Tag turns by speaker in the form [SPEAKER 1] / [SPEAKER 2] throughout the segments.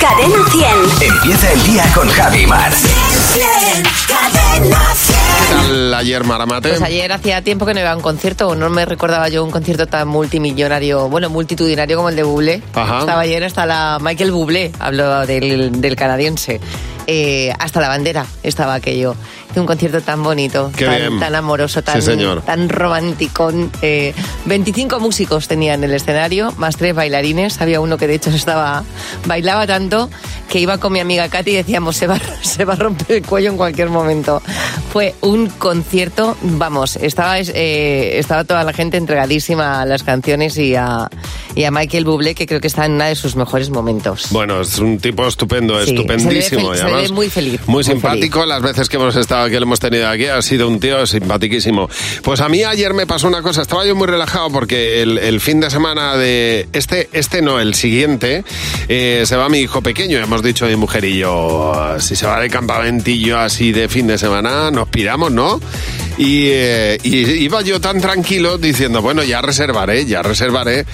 [SPEAKER 1] Cadena 100.
[SPEAKER 2] Empieza el día con Javi Mar.
[SPEAKER 1] Cadena 100.
[SPEAKER 3] ¿Qué tal ayer, Maramate?
[SPEAKER 4] Pues ayer hacía tiempo que no iba a un concierto, o no me recordaba yo un concierto tan multimillonario, bueno, multitudinario como el de Bublé.
[SPEAKER 3] Ajá.
[SPEAKER 4] Estaba ayer hasta la Michael Bublé, habló del, del canadiense. Eh, hasta la bandera estaba aquello. De Un concierto tan bonito,
[SPEAKER 3] Qué
[SPEAKER 4] tan,
[SPEAKER 3] bien.
[SPEAKER 4] tan amoroso, tan,
[SPEAKER 3] Sí, señor.
[SPEAKER 4] tan romántico. Eh, 25 músicos tenía en el escenario, más tres bailarines. Había uno que de hecho estaba bailaba tanto que iba con mi amiga Katy y decíamos, se va, se va a romper el cuello en cualquier momento. Fue un concierto, vamos, estaba, eh, estaba toda la gente entregadísima a las canciones y a, y a Michael Bublé, que creo que está en uno de sus mejores momentos.
[SPEAKER 3] Bueno, es un tipo estupendo,
[SPEAKER 4] Sí,
[SPEAKER 3] estupendísimo.
[SPEAKER 4] se le ve fel- se
[SPEAKER 3] y
[SPEAKER 4] le ve
[SPEAKER 3] además
[SPEAKER 4] muy feliz,
[SPEAKER 3] Muy,
[SPEAKER 4] muy
[SPEAKER 3] simpático. Las veces que hemos estado aquí, lo hemos tenido aquí, ha sido un tío simpatiquísimo. Pues a mí ayer me pasó una cosa. Estaba yo muy relajado porque el, el fin de semana de este, este no, el siguiente, eh, se va mi hijo pequeño. Hemos dicho mi mujer y yo, si se va de campamentillo así de fin de semana, nos piramos, ¿no? Y, eh, y iba yo tan tranquilo diciendo, bueno, ya reservaré, ya reservaré.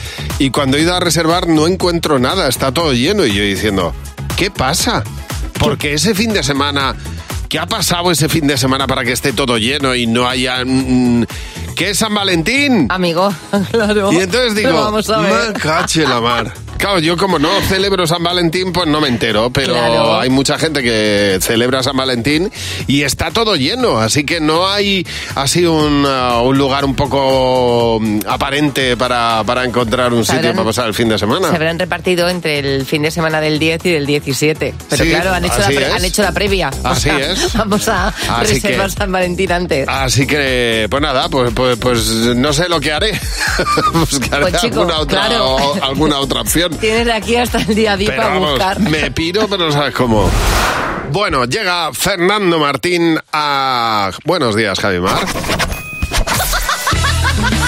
[SPEAKER 3] Y cuando he ido a reservar no encuentro nada, está todo lleno. Y yo diciendo, ¿qué pasa? Porque ese fin de semana, ¿qué ha pasado ese fin de semana para que esté todo lleno y no haya... mm, ¿Qué es San Valentín?
[SPEAKER 4] Amigo, claro.
[SPEAKER 3] Y entonces digo,
[SPEAKER 4] Pero vamos a ver.
[SPEAKER 3] "Me cache la mar. Claro, yo como no celebro San Valentín, pues no me entero, pero
[SPEAKER 4] Claro.
[SPEAKER 3] hay mucha gente que celebra San Valentín y está todo lleno, así que no hay así un, uh, un lugar un poco mm, aparente para, para encontrar un sitio
[SPEAKER 4] Sabrán-
[SPEAKER 3] para pasar el fin de semana.
[SPEAKER 4] Se habrán repartido entre el fin de semana del 10 y del 17. Pero
[SPEAKER 3] Sí,
[SPEAKER 4] claro, han hecho, la,
[SPEAKER 3] así
[SPEAKER 4] pre-
[SPEAKER 3] es.
[SPEAKER 4] han hecho la previa. O
[SPEAKER 3] Así
[SPEAKER 4] sea,
[SPEAKER 3] es.
[SPEAKER 4] Vamos a
[SPEAKER 3] Así
[SPEAKER 4] reservar
[SPEAKER 3] que-
[SPEAKER 4] San Valentín antes.
[SPEAKER 3] Así que, pues nada, pues, pues, pues no sé lo que haré. Buscaré
[SPEAKER 4] Pues chico,
[SPEAKER 3] alguna, otra,
[SPEAKER 4] claro.
[SPEAKER 3] o- alguna otra opción.
[SPEAKER 4] Tienes de aquí hasta el día 10
[SPEAKER 3] Pero
[SPEAKER 4] para
[SPEAKER 3] vamos,
[SPEAKER 4] buscar.
[SPEAKER 3] me piro, pero no sabes cómo. Bueno, llega Fernando Martín a... Buenos días, Javimar.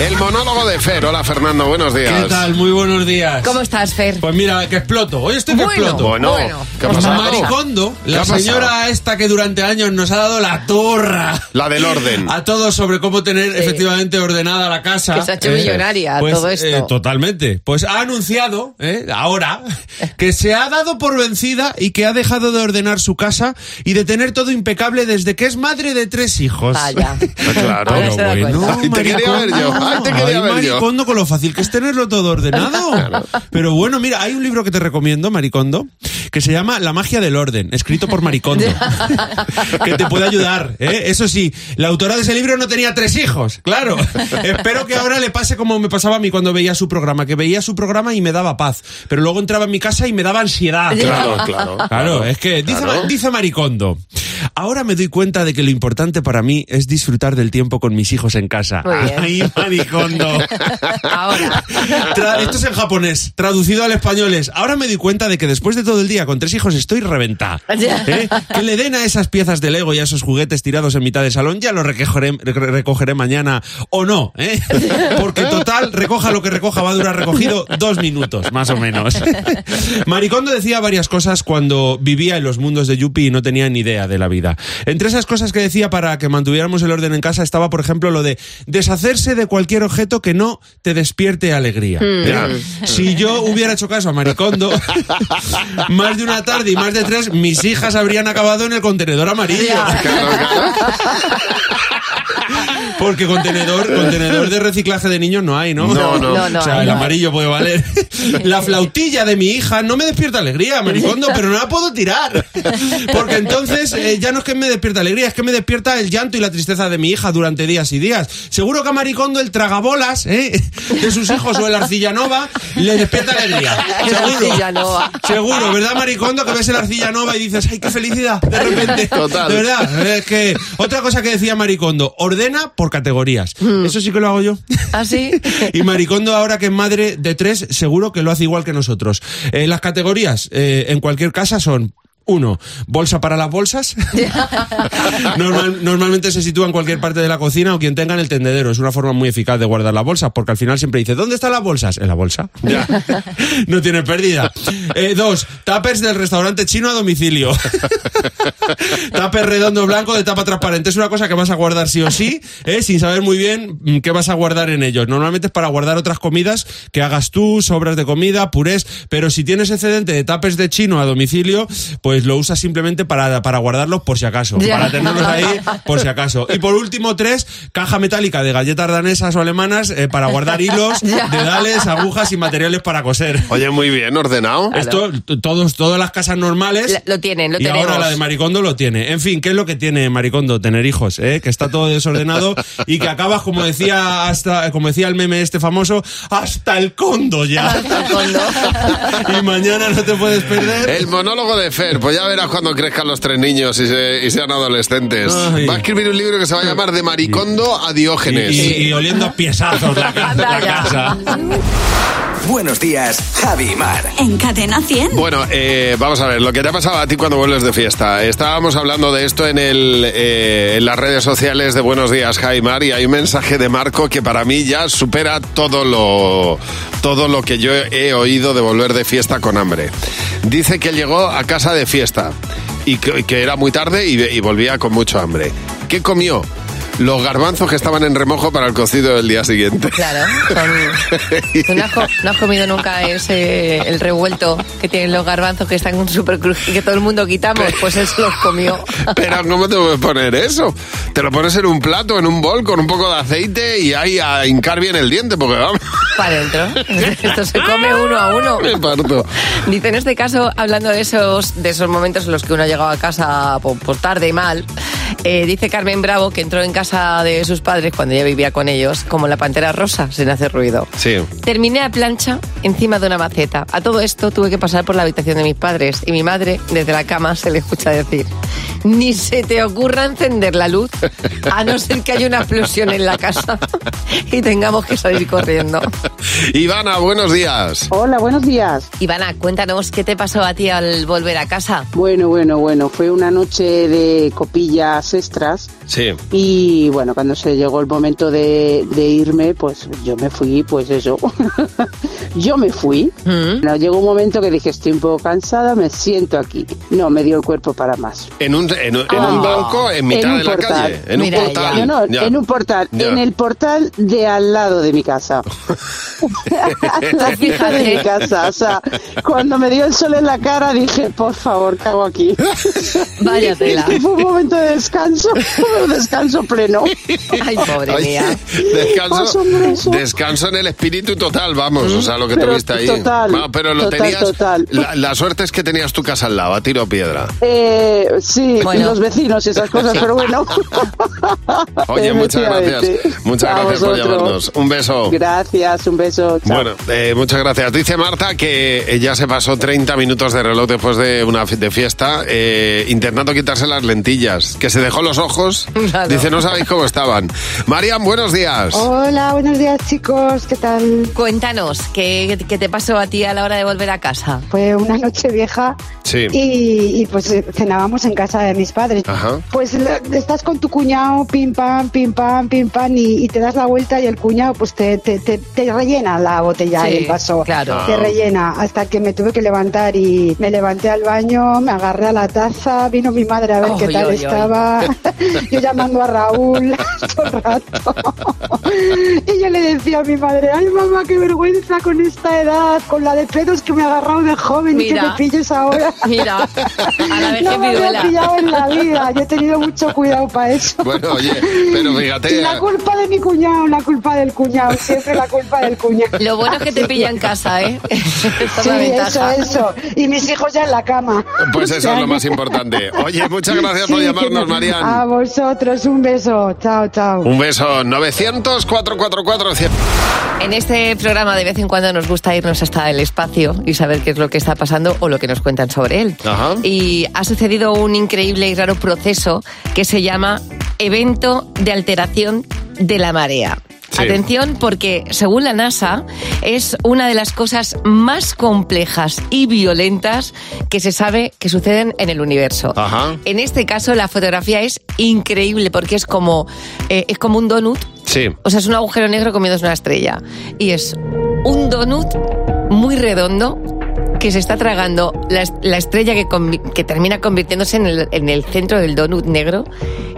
[SPEAKER 3] El monólogo de Fer. Hola, Fernando, buenos días.
[SPEAKER 5] ¿Qué tal? Muy buenos días.
[SPEAKER 4] ¿Cómo estás, Fer?
[SPEAKER 5] Pues mira, que exploto. Hoy estoy que
[SPEAKER 4] Bueno.
[SPEAKER 5] exploto.
[SPEAKER 3] Bueno,
[SPEAKER 4] Bueno,
[SPEAKER 3] ¿qué ha
[SPEAKER 4] pues
[SPEAKER 3] pasado?
[SPEAKER 5] Maricondo,
[SPEAKER 3] ¿Qué ha
[SPEAKER 5] la
[SPEAKER 3] pasado?
[SPEAKER 5] señora esta que durante años nos ha dado la torra.
[SPEAKER 3] La del orden.
[SPEAKER 5] A todos sobre cómo tener efectivamente ordenada la casa.
[SPEAKER 4] Que se ha hecho millonaria a
[SPEAKER 5] pues,
[SPEAKER 4] todo esto.
[SPEAKER 5] eh, totalmente. Pues ha anunciado, eh, ahora, que se ha dado por vencida y que ha dejado de ordenar su casa y de tener todo impecable desde que es madre de tres hijos.
[SPEAKER 4] Vaya.
[SPEAKER 3] Ah, Claro,
[SPEAKER 4] Ahora se da
[SPEAKER 5] Pero
[SPEAKER 4] cuenta.
[SPEAKER 3] Ay, te quería ver yo, ay, te quería ver yo.
[SPEAKER 5] Maricondo con lo fácil que es tenerlo todo ordenado. Pero bueno, mira, hay un libro que te recomiendo, Maricondo, que se llama La magia del orden, escrito por Maricondo. que te puede ayudar. ¿eh? Eso sí, la autora de ese libro no tenía tres hijos, claro. Espero que ahora le pase como me pasaba a mí cuando veía su programa, que veía su programa y me daba paz. Pero luego entraba en mi casa y me daba ansiedad.
[SPEAKER 3] Claro, claro.
[SPEAKER 5] Claro, es que dice,
[SPEAKER 3] Claro.
[SPEAKER 5] Ma- dice Maricondo. Ahora me doy cuenta de que lo importante para mí es disfrutar del tiempo con mis hijos en casa.
[SPEAKER 4] Muy bien.
[SPEAKER 5] Ay, Maricondo.
[SPEAKER 4] Ahora.
[SPEAKER 5] Tra- Esto es en japonés, traducido al español es. Ahora me doy cuenta de que después de todo el día con tres hijos estoy reventada.
[SPEAKER 4] Ya.
[SPEAKER 5] ¿Eh? Que le den a esas piezas de Lego y a esos juguetes tirados en mitad de salón, ya los recogeré, re- recogeré mañana o no, ¿eh? Porque total, recoja lo que recoja, va a durar recogido dos minutos, más o menos. Maricondo decía varias cosas cuando vivía en los mundos de Yuppie y no tenía ni idea de la vida. Entre esas cosas que decía para que mantuviéramos el orden en casa estaba, por ejemplo, lo de deshacerse de cualquier objeto que no te despierte alegría.
[SPEAKER 3] Ya.
[SPEAKER 5] Si yo hubiera hecho caso a Maricondo, más de una tarde y más de tres, mis hijas habrían acabado en el contenedor amarillo.
[SPEAKER 3] Claro, claro.
[SPEAKER 5] Porque contenedor, contenedor de reciclaje de niños no hay, ¿no?
[SPEAKER 3] No, no.
[SPEAKER 4] No, no,
[SPEAKER 5] o sea,
[SPEAKER 4] hay,
[SPEAKER 5] el
[SPEAKER 4] no hay.
[SPEAKER 5] amarillo puede valer. La flautilla de mi hija no me despierta alegría, Maricondo, pero no la puedo tirar. Porque entonces eh, ya no es que me despierta alegría, es que me despierta el llanto y la tristeza de mi hija durante días y días. Seguro que a Maricondo el tragabolas ¿eh? de sus hijos o el arcillanova le despierta alegría.
[SPEAKER 4] El
[SPEAKER 5] Seguro.
[SPEAKER 4] Arcillanova.
[SPEAKER 5] Seguro, ¿verdad, Maricondo? Que ves el arcilla nova y dices, ¡ay, qué felicidad! De repente.
[SPEAKER 3] Total.
[SPEAKER 5] De verdad. Es que. Otra cosa que decía Maricondo, ordena por categorías. Eso sí que lo hago yo.
[SPEAKER 4] Así.
[SPEAKER 5] Y Maricondo, ahora que es madre de tres, seguro que lo hace igual que nosotros. Eh, las categorías eh, en cualquier casa son Uno, bolsa para las bolsas. Normal- normalmente se sitúa en cualquier parte de la cocina o quien tenga en el tendedero. Es una forma muy eficaz de guardar las bolsas, porque al final siempre dice, ¿dónde están las bolsas? En la bolsa. no tiene pérdida. Eh, dos, tapers del restaurante chino a domicilio. Taper redondo blanco de tapa transparente. Es una cosa que vas a guardar sí o sí, eh, sin saber muy bien mm, qué vas a guardar en ellos. Normalmente es para guardar otras comidas que hagas tú, sobras de comida, purés, pero si tienes excedente de tapes de chino a domicilio, pues lo usas simplemente para, para guardarlos por si acaso.
[SPEAKER 4] Ya.
[SPEAKER 5] Para tenerlos ahí por si acaso. Y por último, tres, caja metálica de galletas danesas o alemanas eh, para guardar hilos, dedales, agujas y materiales para coser.
[SPEAKER 3] Oye, muy bien, ordenado.
[SPEAKER 5] Esto, t- todos, todas las casas normales.
[SPEAKER 4] La- lo tienen, lo
[SPEAKER 5] y ahora
[SPEAKER 4] tenemos.
[SPEAKER 5] la de Maricondo lo tiene. En fin, ¿qué es lo que tiene Maricondo? Tener hijos, ¿eh? Que está todo desordenado y que acabas, como decía hasta, como decía el meme este famoso, hasta el condo ya. y mañana no te puedes perder.
[SPEAKER 3] El monólogo de Fer, pues ya verás cuando crezcan los tres niños y, se- y sean adolescentes.
[SPEAKER 5] Ay.
[SPEAKER 3] Va a escribir un libro que se va a llamar De Maricondo a
[SPEAKER 5] Y,
[SPEAKER 3] Diógenes.
[SPEAKER 5] y- y oliendo a piezazos la, ca- la casa.
[SPEAKER 2] Buenos días, Javi y Mar.
[SPEAKER 1] En Cadena 100.
[SPEAKER 3] Bueno, eh, vamos a ver, lo que te ha pasado a ti cuando vuelves de fiesta. Estábamos hablando de esto en, el, eh, en las redes sociales de Buenos Días, Jaime Mar, y hay un mensaje de Marco que para mí ya supera todo lo, todo lo que yo he oído de volver de fiesta con hambre. Dice que llegó a casa de fiesta y que, que era muy tarde y, y volvía con mucho hambre. ¿Qué comió? Los garbanzos que estaban en remojo para el cocido del día siguiente.
[SPEAKER 4] Claro, son- ¿Tú no, has, co- no has comido nunca ese el revuelto que tienen los garbanzos que están súper y que todo el mundo quitamos? Pues él se los comió.
[SPEAKER 3] Pero ¿cómo te puedes poner eso? Te lo pones en un plato, en un bol, con un poco de aceite y ahí a hincar bien el diente, porque vamos,
[SPEAKER 4] Para adentro. Esto se come uno a uno.
[SPEAKER 3] me parto.
[SPEAKER 4] Dice, en este caso, hablando de esos, de esos momentos en los que uno ha llegado a casa por, por tarde y mal, eh, dice Carmen Bravo que entró en casa de sus padres cuando ella vivía con ellos, como la pantera rosa, sin hacer ruido.
[SPEAKER 3] Sí.
[SPEAKER 4] Terminé a plancha encima de una maceta. A todo esto tuve que pasar por la habitación de mis padres y mi madre desde la cama se le escucha decir, ni se te ocurra encender la luz a no ser que haya una explosión en la casa y tengamos que salir corriendo.
[SPEAKER 3] Ivana, buenos días.
[SPEAKER 6] Hola, buenos días.
[SPEAKER 4] Ivana, cuéntanos qué te pasó a ti al volver a casa.
[SPEAKER 6] Bueno, bueno, bueno, fue una noche de copillas extras
[SPEAKER 3] Sí.
[SPEAKER 6] y bueno, cuando se llegó el momento de, de irme, pues yo me fui, pues eso, yo me fui.
[SPEAKER 4] Mm.
[SPEAKER 6] Bueno, llegó un momento que dije, estoy un poco cansada, me siento aquí. No, me dio el cuerpo para más.
[SPEAKER 3] En un, en, un- en
[SPEAKER 6] Ah.
[SPEAKER 3] un banco, en mitad
[SPEAKER 6] En un
[SPEAKER 3] de la
[SPEAKER 6] portal.
[SPEAKER 3] calle. En
[SPEAKER 4] Mira,
[SPEAKER 3] un
[SPEAKER 4] ya.
[SPEAKER 3] portal.
[SPEAKER 6] No, no,
[SPEAKER 3] Ya.
[SPEAKER 6] en un portal,
[SPEAKER 3] Ya.
[SPEAKER 6] en el portal de al lado de mi casa. la fija de mi casa, o sea, cuando me dio el sol en la cara dije, por favor, cago aquí.
[SPEAKER 4] Vaya
[SPEAKER 6] Y es
[SPEAKER 4] tela.
[SPEAKER 6] que fue un momento de descanso, un descanso pleno.
[SPEAKER 4] Ay, pobre
[SPEAKER 3] Oye,
[SPEAKER 4] mía.
[SPEAKER 3] descanso,
[SPEAKER 6] Asombroso.
[SPEAKER 3] descanso en el espíritu total, vamos, o sea, lo que
[SPEAKER 6] Pero
[SPEAKER 3] tuviste ahí.
[SPEAKER 6] total,
[SPEAKER 3] Va, pero lo
[SPEAKER 6] total,
[SPEAKER 3] tenías.
[SPEAKER 6] total.
[SPEAKER 3] La, la suerte es que tenías tu casa al lado, a tiro piedra.
[SPEAKER 6] Eh, sí,
[SPEAKER 4] Bueno.
[SPEAKER 6] los vecinos y esas cosas, pero bueno.
[SPEAKER 3] Oye, muchas
[SPEAKER 6] Efectivamente.
[SPEAKER 3] gracias. Muchas
[SPEAKER 6] A
[SPEAKER 3] gracias por
[SPEAKER 6] vosotros.
[SPEAKER 3] llamarnos. Un beso.
[SPEAKER 6] Gracias, un beso. Chao.
[SPEAKER 3] Bueno, eh, muchas gracias. Dice Marta que ya se pasó 30 minutos de reloj después de una fi- de fiesta eh, intentando quitarse las lentillas, que se dejó los ojos.
[SPEAKER 4] Claro.
[SPEAKER 3] Dice, no sabéis cómo estaban. Marian, buenos días.
[SPEAKER 7] Hola, buenos días chicos, ¿qué tal?
[SPEAKER 4] Cuéntanos, ¿qué, qué te pasó a ti a la hora de volver a casa?
[SPEAKER 7] Fue una noche vieja
[SPEAKER 3] Sí.
[SPEAKER 7] y, y, pues eh, cenábamos en casa de mis padres.
[SPEAKER 3] Ajá.
[SPEAKER 7] Pues lo- estás con tu cuñado, pim pam, pim pam, pim pam, y, y te das la vuelta y el cuñado pues te, te, te- te rellena la botella
[SPEAKER 4] Sí,
[SPEAKER 7] y el vaso.
[SPEAKER 3] Ah.
[SPEAKER 4] claro.
[SPEAKER 7] Te rellena hasta que me tuve que levantar y me levanté al baño, me agarré a la taza, vino mi madre a ver
[SPEAKER 4] Oy,
[SPEAKER 7] qué tal
[SPEAKER 4] oy, oy.
[SPEAKER 7] estaba, yo llamando a Raúl todo el rato. y yo le decía a mi madre, ay mamá, qué vergüenza con esta edad, con la de pedos que me ha agarrado de joven y que
[SPEAKER 4] Mira.
[SPEAKER 7] me pilles ahora.
[SPEAKER 4] Mira, a la vez que
[SPEAKER 7] No me había
[SPEAKER 4] viruela.
[SPEAKER 7] pillado en la vida. Yo he tenido mucho cuidado para eso.
[SPEAKER 3] Bueno, oye, pero fíjate. eh.
[SPEAKER 7] Y la culpa de mi cuñado, la culpa del cuñado, siempre la culpa del cuñado.
[SPEAKER 4] Lo bueno es que te pilla en casa, ¿eh? Esa es
[SPEAKER 7] Sí,
[SPEAKER 4] la
[SPEAKER 7] eso,
[SPEAKER 4] ventaja.
[SPEAKER 7] eso. Y mis hijos ya en la cama.
[SPEAKER 3] Pues
[SPEAKER 7] O
[SPEAKER 3] eso
[SPEAKER 7] sea,
[SPEAKER 3] es lo más importante. Oye, muchas gracias por
[SPEAKER 7] sí,
[SPEAKER 3] llamarnos,
[SPEAKER 7] que-
[SPEAKER 3] Marian.
[SPEAKER 7] A vosotros, un beso. Chao, chao.
[SPEAKER 3] Un beso. 900 444 100.
[SPEAKER 4] En este programa de vez en cuando nos gusta irnos hasta el espacio y saber qué es lo que está pasando o lo que nos cuentan sobre él.
[SPEAKER 3] Ajá.
[SPEAKER 4] Y ha sucedido un increíble y raro proceso que se llama evento de alteración de la marea.
[SPEAKER 3] Sí.
[SPEAKER 4] Atención porque, según la NASA, es una de las cosas más complejas y violentas que se sabe que suceden en el universo.
[SPEAKER 3] Ajá.
[SPEAKER 4] En este caso, la fotografía es increíble porque es como, eh, es como un donut.
[SPEAKER 3] Sí.
[SPEAKER 4] O sea, es un agujero negro comiéndose una estrella. Y es un donut muy redondo que se está tragando la, est- la estrella que, convi- que termina convirtiéndose en el, en el centro del donut negro.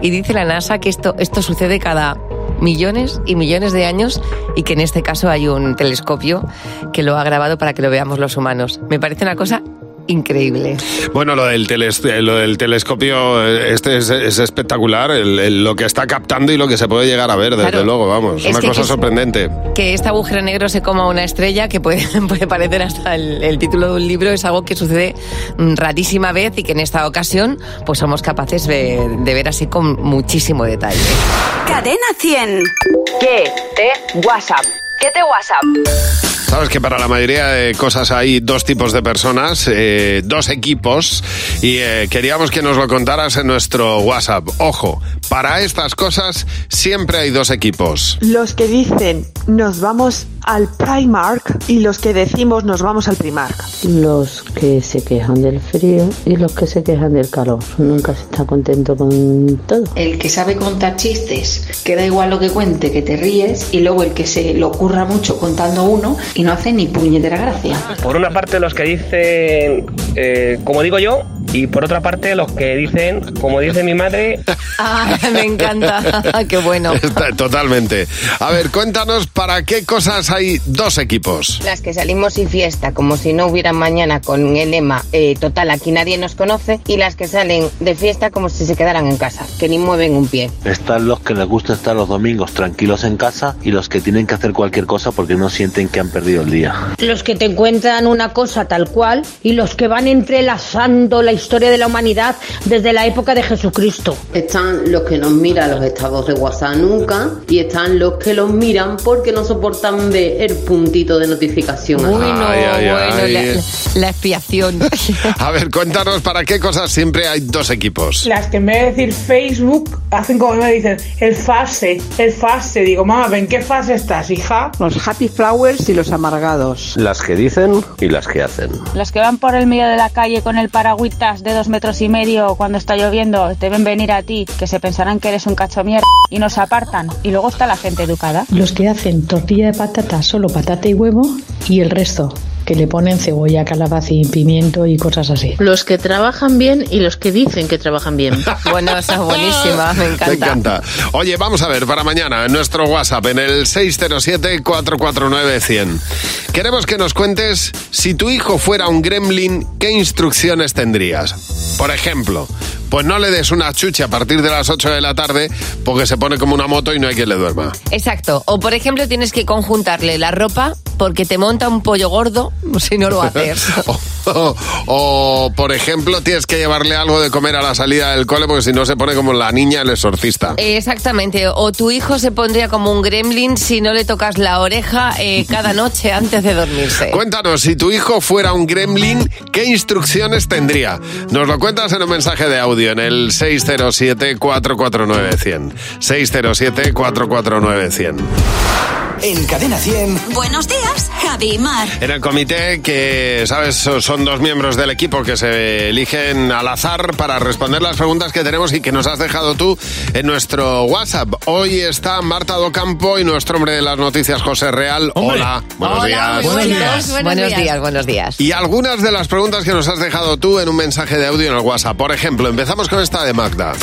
[SPEAKER 4] Y dice la NASA que esto, esto sucede cada millones y millones de años y que en este caso hay un telescopio que lo ha grabado para que lo veamos los humanos. Me parece una cosa increíble.
[SPEAKER 3] Bueno, lo del, teles- eh, lo del telescopio eh, este es, es espectacular, el- el- lo que está captando y lo que se puede llegar a ver, desde
[SPEAKER 4] Claro.
[SPEAKER 3] luego, vamos.
[SPEAKER 4] Es
[SPEAKER 3] una
[SPEAKER 4] que-
[SPEAKER 3] cosa
[SPEAKER 4] que es-
[SPEAKER 3] sorprendente.
[SPEAKER 4] Que este agujero negro se coma una estrella, que puede, puede parecer hasta el, el título de un libro, es algo que sucede mm, rarísima vez y que en esta ocasión pues somos capaces de, de ver así con muchísimo detalle.
[SPEAKER 1] Cadena 100. ¿Qué te WhatsApp? ¿Qué te WhatsApp?
[SPEAKER 3] Sabes que para la mayoría de cosas hay dos tipos de personas, eh, dos equipos, y eh, queríamos que nos lo contaras en nuestro WhatsApp. Ojo, para estas cosas siempre hay dos equipos.
[SPEAKER 8] Los que dicen nos vamos al Primark y los que decimos nos vamos al Primark.
[SPEAKER 9] Los que se quejan del frío y los que se quejan del calor. Nunca se está contento con todo.
[SPEAKER 10] El que sabe contar chistes, que da igual lo que cuente, que te ríes, y luego el que se lo curra mucho contando uno y no hace ni puñetera gracia.
[SPEAKER 11] Por una parte los que dicen, eh, como digo yo, y por otra parte los que dicen, como dice mi madre,
[SPEAKER 4] Ah, me encanta, qué bueno.
[SPEAKER 3] Está- Totalmente. A ver, cuéntanos para qué cosas hay dos equipos.
[SPEAKER 12] Las que salimos sin fiesta, como si no hubiera mañana con el lema eh, total aquí nadie nos conoce, y las que salen de fiesta como si se quedaran en casa, que ni mueven un pie.
[SPEAKER 13] Están los que les gusta estar los domingos tranquilos en casa y los que tienen que hacer cualquier cosa porque no sienten que han perdido el día.
[SPEAKER 14] Los que te encuentran una cosa tal cual y los que van entrelazando la historia de la humanidad desde la época de Jesucristo.
[SPEAKER 15] Están los que nos miran los estados de WhatsApp nunca y están los que los miran porque no soportan ver el puntito de notificación.
[SPEAKER 4] Uy, no,
[SPEAKER 3] Ay, ay,
[SPEAKER 4] bueno,
[SPEAKER 3] ay.
[SPEAKER 4] La, la- la expiación.
[SPEAKER 3] A ver, cuéntanos para qué cosas siempre hay dos equipos.
[SPEAKER 16] Las que en vez de decir Facebook, hacen como me dicen, el fase, el fase. Digo, mamá, ¿en qué fase estás, hija?
[SPEAKER 17] Los happy flowers y los amargados.
[SPEAKER 13] Las que dicen y las que hacen.
[SPEAKER 18] Los que van por el medio de la calle con el paragüitas de dos metros y medio cuando está lloviendo deben venir a ti, que se pensarán que eres un cacho mierda y nos apartan. Y luego está la gente educada.
[SPEAKER 19] Los que hacen tortilla de patata, solo patata y huevo, y el resto, que le ponen cebolla, calabacín, pimiento y cosas así.
[SPEAKER 9] Los que trabajan bien y los que dicen que trabajan bien.
[SPEAKER 4] bueno, esa es buenísima, me encanta.
[SPEAKER 3] Me encanta. Oye, vamos a ver para mañana en nuestro WhatsApp en el 607-449-100. Queremos que nos cuentes si tu hijo fuera un gremlin, ¿qué instrucciones tendrías? Por ejemplo, pues no le des una chucha a partir de las 8 de la tarde porque se pone como una moto y no hay quien le duerma.
[SPEAKER 4] Exacto. O por ejemplo, tienes que conjuntarle la ropa porque te monta un pollo gordo si no lo haces.
[SPEAKER 3] O, o, por ejemplo, tienes que llevarle algo de comer a la salida del cole porque si no se pone como la niña el exorcista.
[SPEAKER 4] Eh, Exactamente. O tu hijo se pondría como un gremlin si no le tocas la oreja eh, cada noche antes de dormirse.
[SPEAKER 3] Cuéntanos, si tu hijo fuera un gremlin, ¿qué instrucciones tendría? Nos lo cuentas en un mensaje de audio en el 607-449-100. 607-449-100.
[SPEAKER 2] En Cadena 100.
[SPEAKER 1] Buenos días, Javi y Mar.
[SPEAKER 3] En el comité, que sabes, So- son dos miembros del equipo que se eligen al azar para responder las preguntas que tenemos y que nos has dejado tú en nuestro WhatsApp. Hoy está Marta Docampo y nuestro hombre de las noticias, José Real. Hola, buenos días.
[SPEAKER 4] Buenos días, buenos días.
[SPEAKER 3] Y algunas de las preguntas que nos has dejado tú en un mensaje de audio en el WhatsApp. Por ejemplo, empezamos con esta de Magda.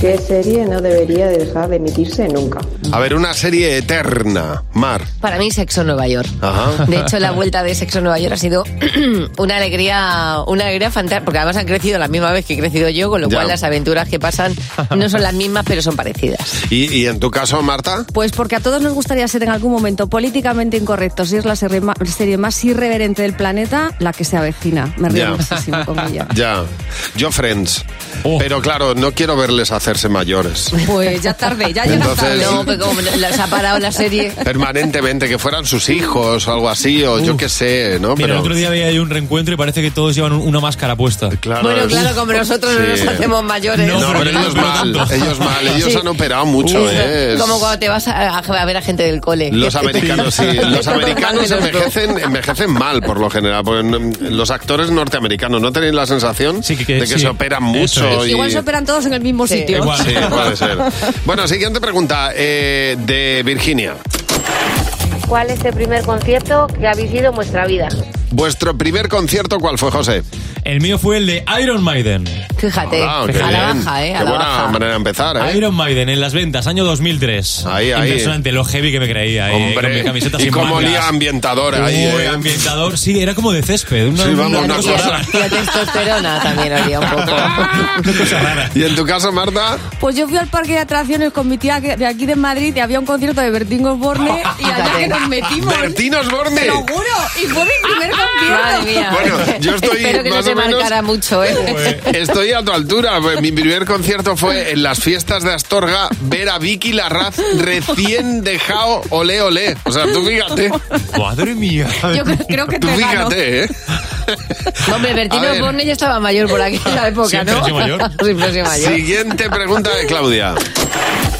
[SPEAKER 20] ¿Qué serie no debería dejar de emitirse nunca?
[SPEAKER 3] A ver, una serie eterna. Mar.
[SPEAKER 4] Para mí, Sexo Nueva York.
[SPEAKER 3] Ajá.
[SPEAKER 4] De hecho, la vuelta de Sexo Nueva York ha sido una alegría, una alegría fantástica, porque además han crecido la misma vez que he crecido yo, con lo
[SPEAKER 3] Ya.
[SPEAKER 4] cual las aventuras que pasan no son las mismas, pero son parecidas.
[SPEAKER 3] ¿Y, y en tu caso, Marta?
[SPEAKER 21] Pues porque a todos nos gustaría ser en algún momento políticamente incorrectos y es la serie ma- serie más irreverente del planeta, la que se avecina. Me río muchísimo con ella.
[SPEAKER 3] Ya. Yo,
[SPEAKER 5] Oh.
[SPEAKER 3] Friends. Pero claro, no quiero verles hacerse mayores.
[SPEAKER 21] Pues ya tarde, ya llega
[SPEAKER 3] Entonces,
[SPEAKER 21] tarde.
[SPEAKER 4] No, pero visto cómo las ha parado la serie.
[SPEAKER 3] Permanentemente, que fueran sus hijos o algo así, o yo qué sé, ¿no?
[SPEAKER 5] Mira, el otro día había un reencuentro y parece que todos llevan un- una máscara puesta.
[SPEAKER 3] Claro,
[SPEAKER 4] Bueno,
[SPEAKER 3] es-
[SPEAKER 4] claro, como nosotros no
[SPEAKER 3] Sí.
[SPEAKER 4] nos hacemos mayores.
[SPEAKER 3] No, pero ellos mal, ellos mal, ellos han operado mucho, ¿eh? Es-
[SPEAKER 4] Como cuando te vas a, a ver a gente del cole.
[SPEAKER 3] Los
[SPEAKER 4] Que te-
[SPEAKER 3] americanos, sí.
[SPEAKER 4] te
[SPEAKER 3] Los
[SPEAKER 4] tocan
[SPEAKER 3] americanos
[SPEAKER 4] menos dos.
[SPEAKER 3] envejecen, envejecen mal, por lo general. porque no- los actores norteamericanos, ¿no tenéis la sensación de que
[SPEAKER 5] sí.
[SPEAKER 3] se operan
[SPEAKER 5] Eso
[SPEAKER 3] mucho? y-
[SPEAKER 21] Igual se operan todos en el mismo sitio.
[SPEAKER 3] Sí, puede ser. Bueno, siguiente pregunta eh, de Virginia.
[SPEAKER 22] ¿Cuál es el primer concierto que habéis ido en vuestra vida?
[SPEAKER 3] ¿Vuestro primer concierto cuál fue, José?
[SPEAKER 5] El mío fue el de Iron Maiden.
[SPEAKER 4] Fíjate,
[SPEAKER 5] Ah, qué
[SPEAKER 4] a la
[SPEAKER 5] bien.
[SPEAKER 4] baja, ¿eh? A
[SPEAKER 3] Qué
[SPEAKER 4] la
[SPEAKER 3] buena
[SPEAKER 4] baja.
[SPEAKER 3] manera de empezar, ¿eh?
[SPEAKER 5] Iron Maiden en las ventas, año 2003.
[SPEAKER 3] ahí.
[SPEAKER 5] Impresionante lo heavy que me creía. eh,
[SPEAKER 3] Hombre,
[SPEAKER 5] con mi camiseta
[SPEAKER 3] y
[SPEAKER 5] sin
[SPEAKER 3] cómo
[SPEAKER 5] mangas.
[SPEAKER 3] olía ambientador ahí,
[SPEAKER 5] Uy,
[SPEAKER 3] eh.
[SPEAKER 5] ambientador, Oh, sí, era como de césped. Una,
[SPEAKER 3] Sí, vamos, una
[SPEAKER 5] cosa
[SPEAKER 3] cosa-
[SPEAKER 5] rara.
[SPEAKER 4] Y la testosterona también olía un poco.
[SPEAKER 3] ¿Y en tu caso, Marta?
[SPEAKER 21] Pues yo fui al parque de atracciones con mi tía que- de aquí de Madrid y había un concierto de Bertín Osborne y allá que nos metimos.
[SPEAKER 3] ¡Bertín Osborne!
[SPEAKER 21] Te lo juro, y fue mi primer concierto.
[SPEAKER 4] Madre mía.
[SPEAKER 3] Bueno, yo estoy
[SPEAKER 4] Espero que no
[SPEAKER 3] más
[SPEAKER 4] te
[SPEAKER 3] o menos-
[SPEAKER 4] marcara mucho, ¿eh?
[SPEAKER 3] Estoy a tu altura. Mi primer concierto fue en las fiestas de Astorga ver a Vicky Larraz recién dejado olé olé. O sea, tú fíjate.
[SPEAKER 5] Madre mía.
[SPEAKER 4] Yo creo- creo que
[SPEAKER 3] Tú
[SPEAKER 4] te gano.
[SPEAKER 3] fíjate, ¿eh?
[SPEAKER 4] Hombre, Bertino
[SPEAKER 3] A ver.
[SPEAKER 4] Osborne ya estaba mayor por aquella época,
[SPEAKER 3] Siempre
[SPEAKER 4] ¿no?
[SPEAKER 3] soy mayor.
[SPEAKER 4] Siempre soy mayor.
[SPEAKER 3] Siguiente pregunta de Claudia.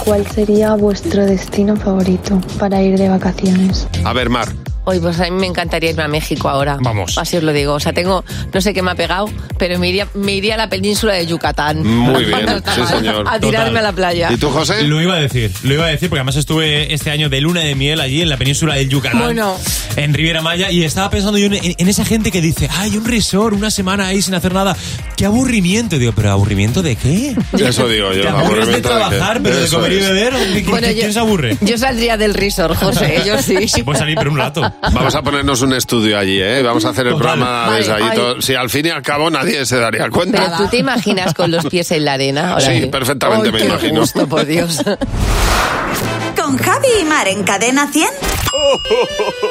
[SPEAKER 23] ¿Cuál sería vuestro destino favorito para ir de vacaciones?
[SPEAKER 3] A ver, Mar.
[SPEAKER 4] Hoy, pues a mí me encantaría irme a México ahora. Vamos. Así os lo digo. O sea, tengo, no sé qué me ha pegado, pero me iría, me iría a la península de Yucatán.
[SPEAKER 3] Muy bien, sí, señor.
[SPEAKER 4] A tirarme a la playa.
[SPEAKER 3] José?
[SPEAKER 5] Lo iba a decir, lo iba a decir, porque además estuve este año de luna de miel allí en la península del Yucatán.
[SPEAKER 4] Bueno.
[SPEAKER 5] En Riviera Maya, y estaba pensando yo en, en- en esa gente que dice, ay, un resort, una semana ahí sin hacer nada. ¡Qué aburrimiento! Y digo, ¿pero aburrimiento de qué?
[SPEAKER 3] Eso digo yo,
[SPEAKER 5] Te aburres de
[SPEAKER 3] aburrimiento de qué.
[SPEAKER 5] trabajar, pero de
[SPEAKER 3] Eso
[SPEAKER 5] comer y
[SPEAKER 3] es.
[SPEAKER 5] beber, ¿qué- qué-
[SPEAKER 4] Bueno,
[SPEAKER 5] qué-
[SPEAKER 4] yo-
[SPEAKER 5] ¿quién se aburre?
[SPEAKER 4] Yo saldría del resort, José, yo sí.
[SPEAKER 5] Se puede salir por un rato.
[SPEAKER 3] Vamos a ponernos un estudio allí, ¿eh? Vamos a hacer el programa
[SPEAKER 4] Vale,
[SPEAKER 3] desde allí.
[SPEAKER 4] ay.
[SPEAKER 3] todo- Si al fin y al cabo nadie se daría cuenta.
[SPEAKER 4] Pero tú te imaginas con los pies en la arena. Ahora
[SPEAKER 3] Sí,
[SPEAKER 4] que-
[SPEAKER 3] perfectamente
[SPEAKER 4] Ay,
[SPEAKER 3] me
[SPEAKER 4] qué
[SPEAKER 3] imagino.
[SPEAKER 4] gusto, por Dios.
[SPEAKER 24] Con Javi y Mar en Cadena 100.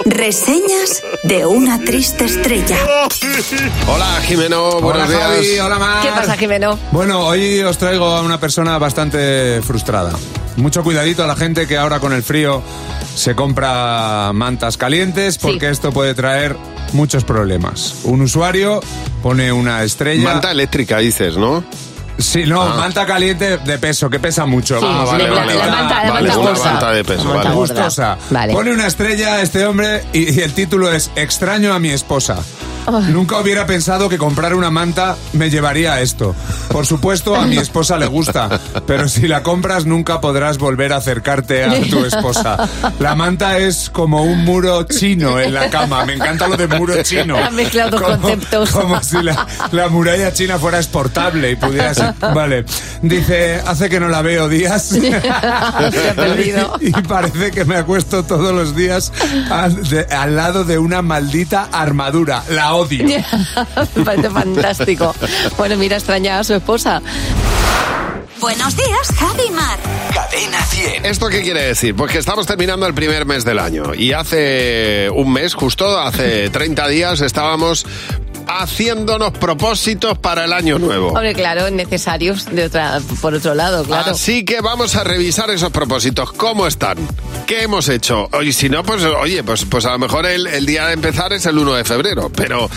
[SPEAKER 24] Reseñas de una triste estrella.
[SPEAKER 3] Hola, Jimeno, buenos
[SPEAKER 25] Hola, Javi,
[SPEAKER 3] días.
[SPEAKER 25] hola, Mar.
[SPEAKER 4] ¿Qué pasa, Jimeno?
[SPEAKER 25] Bueno, hoy os traigo a una persona bastante frustrada. Mucho cuidadito a la gente que ahora con el frío se compra mantas calientes porque esto puede traer muchos problemas. Un usuario pone una estrella.
[SPEAKER 3] Manta eléctrica, dices, ¿no?
[SPEAKER 25] Sí, no,
[SPEAKER 3] Ah.
[SPEAKER 25] manta caliente de peso, que pesa mucho.
[SPEAKER 3] Sí, Ah, sí, vale, la- vale, la vale. manta- la Vale, manta una gorda. manta de peso,
[SPEAKER 25] La manta
[SPEAKER 3] vale.
[SPEAKER 25] gorda.
[SPEAKER 3] Gustosa.
[SPEAKER 25] Vale. Pone una estrella a este hombre y, y el título es Extraño a mi esposa. Nunca hubiera pensado que comprar una manta me llevaría a esto. Por supuesto, a mi esposa le gusta, pero si la compras nunca podrás volver a acercarte a tu esposa. La manta es como un muro chino en la cama. Me encanta lo de muro chino.
[SPEAKER 4] Ha mezclado
[SPEAKER 25] Como-
[SPEAKER 4] conceptos.
[SPEAKER 25] Como si la, la muralla china fuera exportable y pudiera ser. Vale. Dice, hace que no la veo días.
[SPEAKER 4] Se ha perdido.
[SPEAKER 25] Y, parece que me acuesto todos los días al, de- al lado de una maldita armadura. La odio.
[SPEAKER 4] Me parece fantástico. Bueno, mira, extraña a su esposa.
[SPEAKER 24] Buenos días, Javi y Mar.
[SPEAKER 3] Cadena 100. ¿Esto qué quiere decir? Pues que estamos terminando el primer mes del año. Y hace un mes, justo hace 30 días, estábamos haciéndonos propósitos para el año nuevo.
[SPEAKER 4] Hombre, claro, necesarios de otra, por otro lado, claro.
[SPEAKER 3] Así que vamos a revisar esos propósitos. ¿Cómo están? ¿Qué hemos hecho? Y si no, pues oye, pues, pues a lo mejor el, el día de empezar es el 1 de febrero. Pero,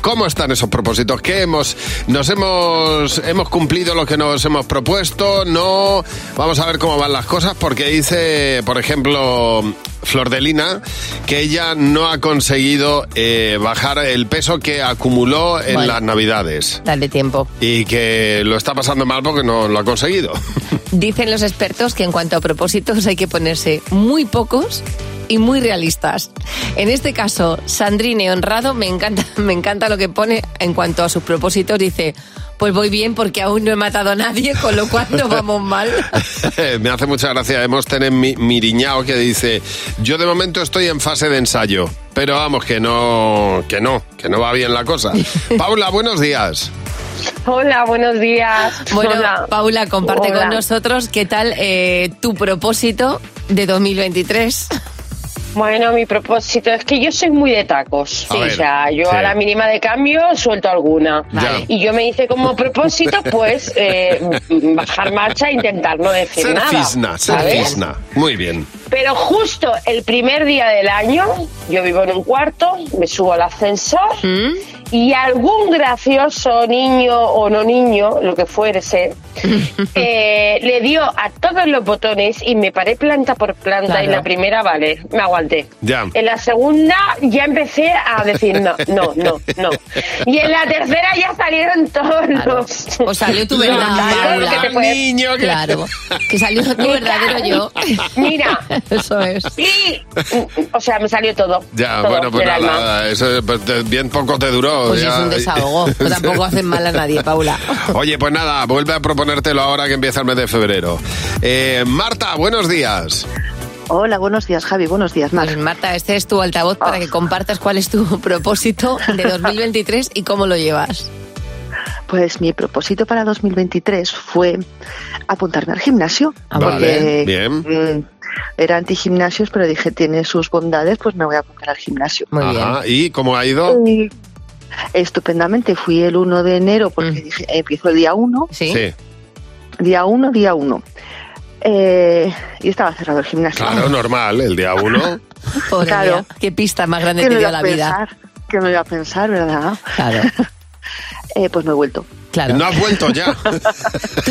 [SPEAKER 3] ¿cómo están esos propósitos? ¿Qué hemos, nos hemos, hemos cumplido lo que nos hemos propuesto? No, vamos a ver cómo van las cosas porque dice, por ejemplo, Flordelina, que ella no ha conseguido eh, bajar el peso que acumuló en
[SPEAKER 4] Bueno.
[SPEAKER 3] las navidades.
[SPEAKER 4] Dale tiempo.
[SPEAKER 3] Y que lo está pasando mal porque no lo ha conseguido.
[SPEAKER 4] Dicen los expertos que en cuanto a propósitos hay que ponerse muy pocos y muy realistas. En este caso, Sandrine Honrado me encanta, me encanta lo que pone en cuanto a sus propósitos. Dice, pues voy bien porque aún no he matado a nadie, con lo cual no vamos mal.
[SPEAKER 3] Me hace mucha gracia. Hemos tenido mi, Miriñao que dice, yo de momento estoy en fase de ensayo, pero vamos, que no, que no, que no va bien la cosa. Paula, buenos días.
[SPEAKER 26] Hola, buenos días.
[SPEAKER 4] Bueno,
[SPEAKER 26] Hola.
[SPEAKER 4] Paula, comparte
[SPEAKER 26] Hola.
[SPEAKER 4] con nosotros qué tal eh, tu propósito de 2023.
[SPEAKER 26] Bueno, mi propósito Pues es que yo soy muy de tacos.
[SPEAKER 3] A
[SPEAKER 26] o
[SPEAKER 3] ver,
[SPEAKER 26] sea, yo
[SPEAKER 3] sí.
[SPEAKER 26] a la mínima de cambio suelto alguna.
[SPEAKER 3] Ya.
[SPEAKER 26] Y yo me hice como propósito, pues, eh, bajar marcha e intentar no decir
[SPEAKER 3] Ser
[SPEAKER 26] nada.
[SPEAKER 3] fisna, ser
[SPEAKER 26] ¿sabes?
[SPEAKER 3] fisna. Muy bien.
[SPEAKER 26] Pero justo el primer día del año, yo vivo en un cuarto, me subo al ascensor
[SPEAKER 3] ¿Mm?
[SPEAKER 26] y algún gracioso niño o no niño, lo que fuese, eh, le dio a todos los botones y me paré planta por planta y
[SPEAKER 6] Claro.
[SPEAKER 26] la primera, vale, me aguanté.
[SPEAKER 6] Ya.
[SPEAKER 26] En la segunda ya empecé a decir no, no, no, no. Y en la tercera ya salieron todos los...
[SPEAKER 4] O salió tu
[SPEAKER 26] los
[SPEAKER 4] verdad,
[SPEAKER 26] tacos, lo
[SPEAKER 4] Paula.
[SPEAKER 26] que te puedes-
[SPEAKER 4] Claro, que salió tu verdadero yo.
[SPEAKER 26] Mira.
[SPEAKER 4] Eso es.
[SPEAKER 26] Y, o sea, me salió todo.
[SPEAKER 3] Ya,
[SPEAKER 26] todo
[SPEAKER 3] bueno, pues
[SPEAKER 26] del
[SPEAKER 3] nada,
[SPEAKER 26] alma.
[SPEAKER 3] nada, eso pues, te- bien poco te duró.
[SPEAKER 4] Pues
[SPEAKER 3] ya.
[SPEAKER 4] es un desahogo. No tampoco hacen mal a nadie, Paula.
[SPEAKER 3] Oye, pues nada, vuelve a proponértelo ahora que empieza el mes de febrero. Eh, Marta, buenos días.
[SPEAKER 4] Hola, buenos días, Javi. Buenos días, Marta. Marta, este es tu altavoz para que compartas cuál es tu propósito de 2023 y cómo lo llevas.
[SPEAKER 7] Pues mi propósito para 2023 fue apuntarme al gimnasio.
[SPEAKER 3] Ah, Vale,
[SPEAKER 7] porque
[SPEAKER 3] bien.
[SPEAKER 7] mm, era anti-gimnasios, pero dije, tiene sus bondades, pues me voy a apuntar al gimnasio.
[SPEAKER 3] Ajá, ¿y cómo ha ido?
[SPEAKER 7] Y Estupendamente, fui el 1 de enero porque dije, empiezo el día 1.
[SPEAKER 3] Mm. Sí.
[SPEAKER 7] Día 1, día 1. Eh, y estaba cerrado el gimnasio.
[SPEAKER 3] Claro, normal, el día uno.
[SPEAKER 4] Pobre
[SPEAKER 7] Claro.
[SPEAKER 4] mía, qué pista más grande
[SPEAKER 7] ¿Qué
[SPEAKER 4] te
[SPEAKER 7] me
[SPEAKER 4] dio
[SPEAKER 7] iba
[SPEAKER 4] la
[SPEAKER 7] a
[SPEAKER 4] vida.
[SPEAKER 7] pensar? ¿Qué me iba a pensar, verdad?
[SPEAKER 4] Claro.
[SPEAKER 7] Eh, pues me he vuelto.
[SPEAKER 4] Claro.
[SPEAKER 3] No has vuelto ya.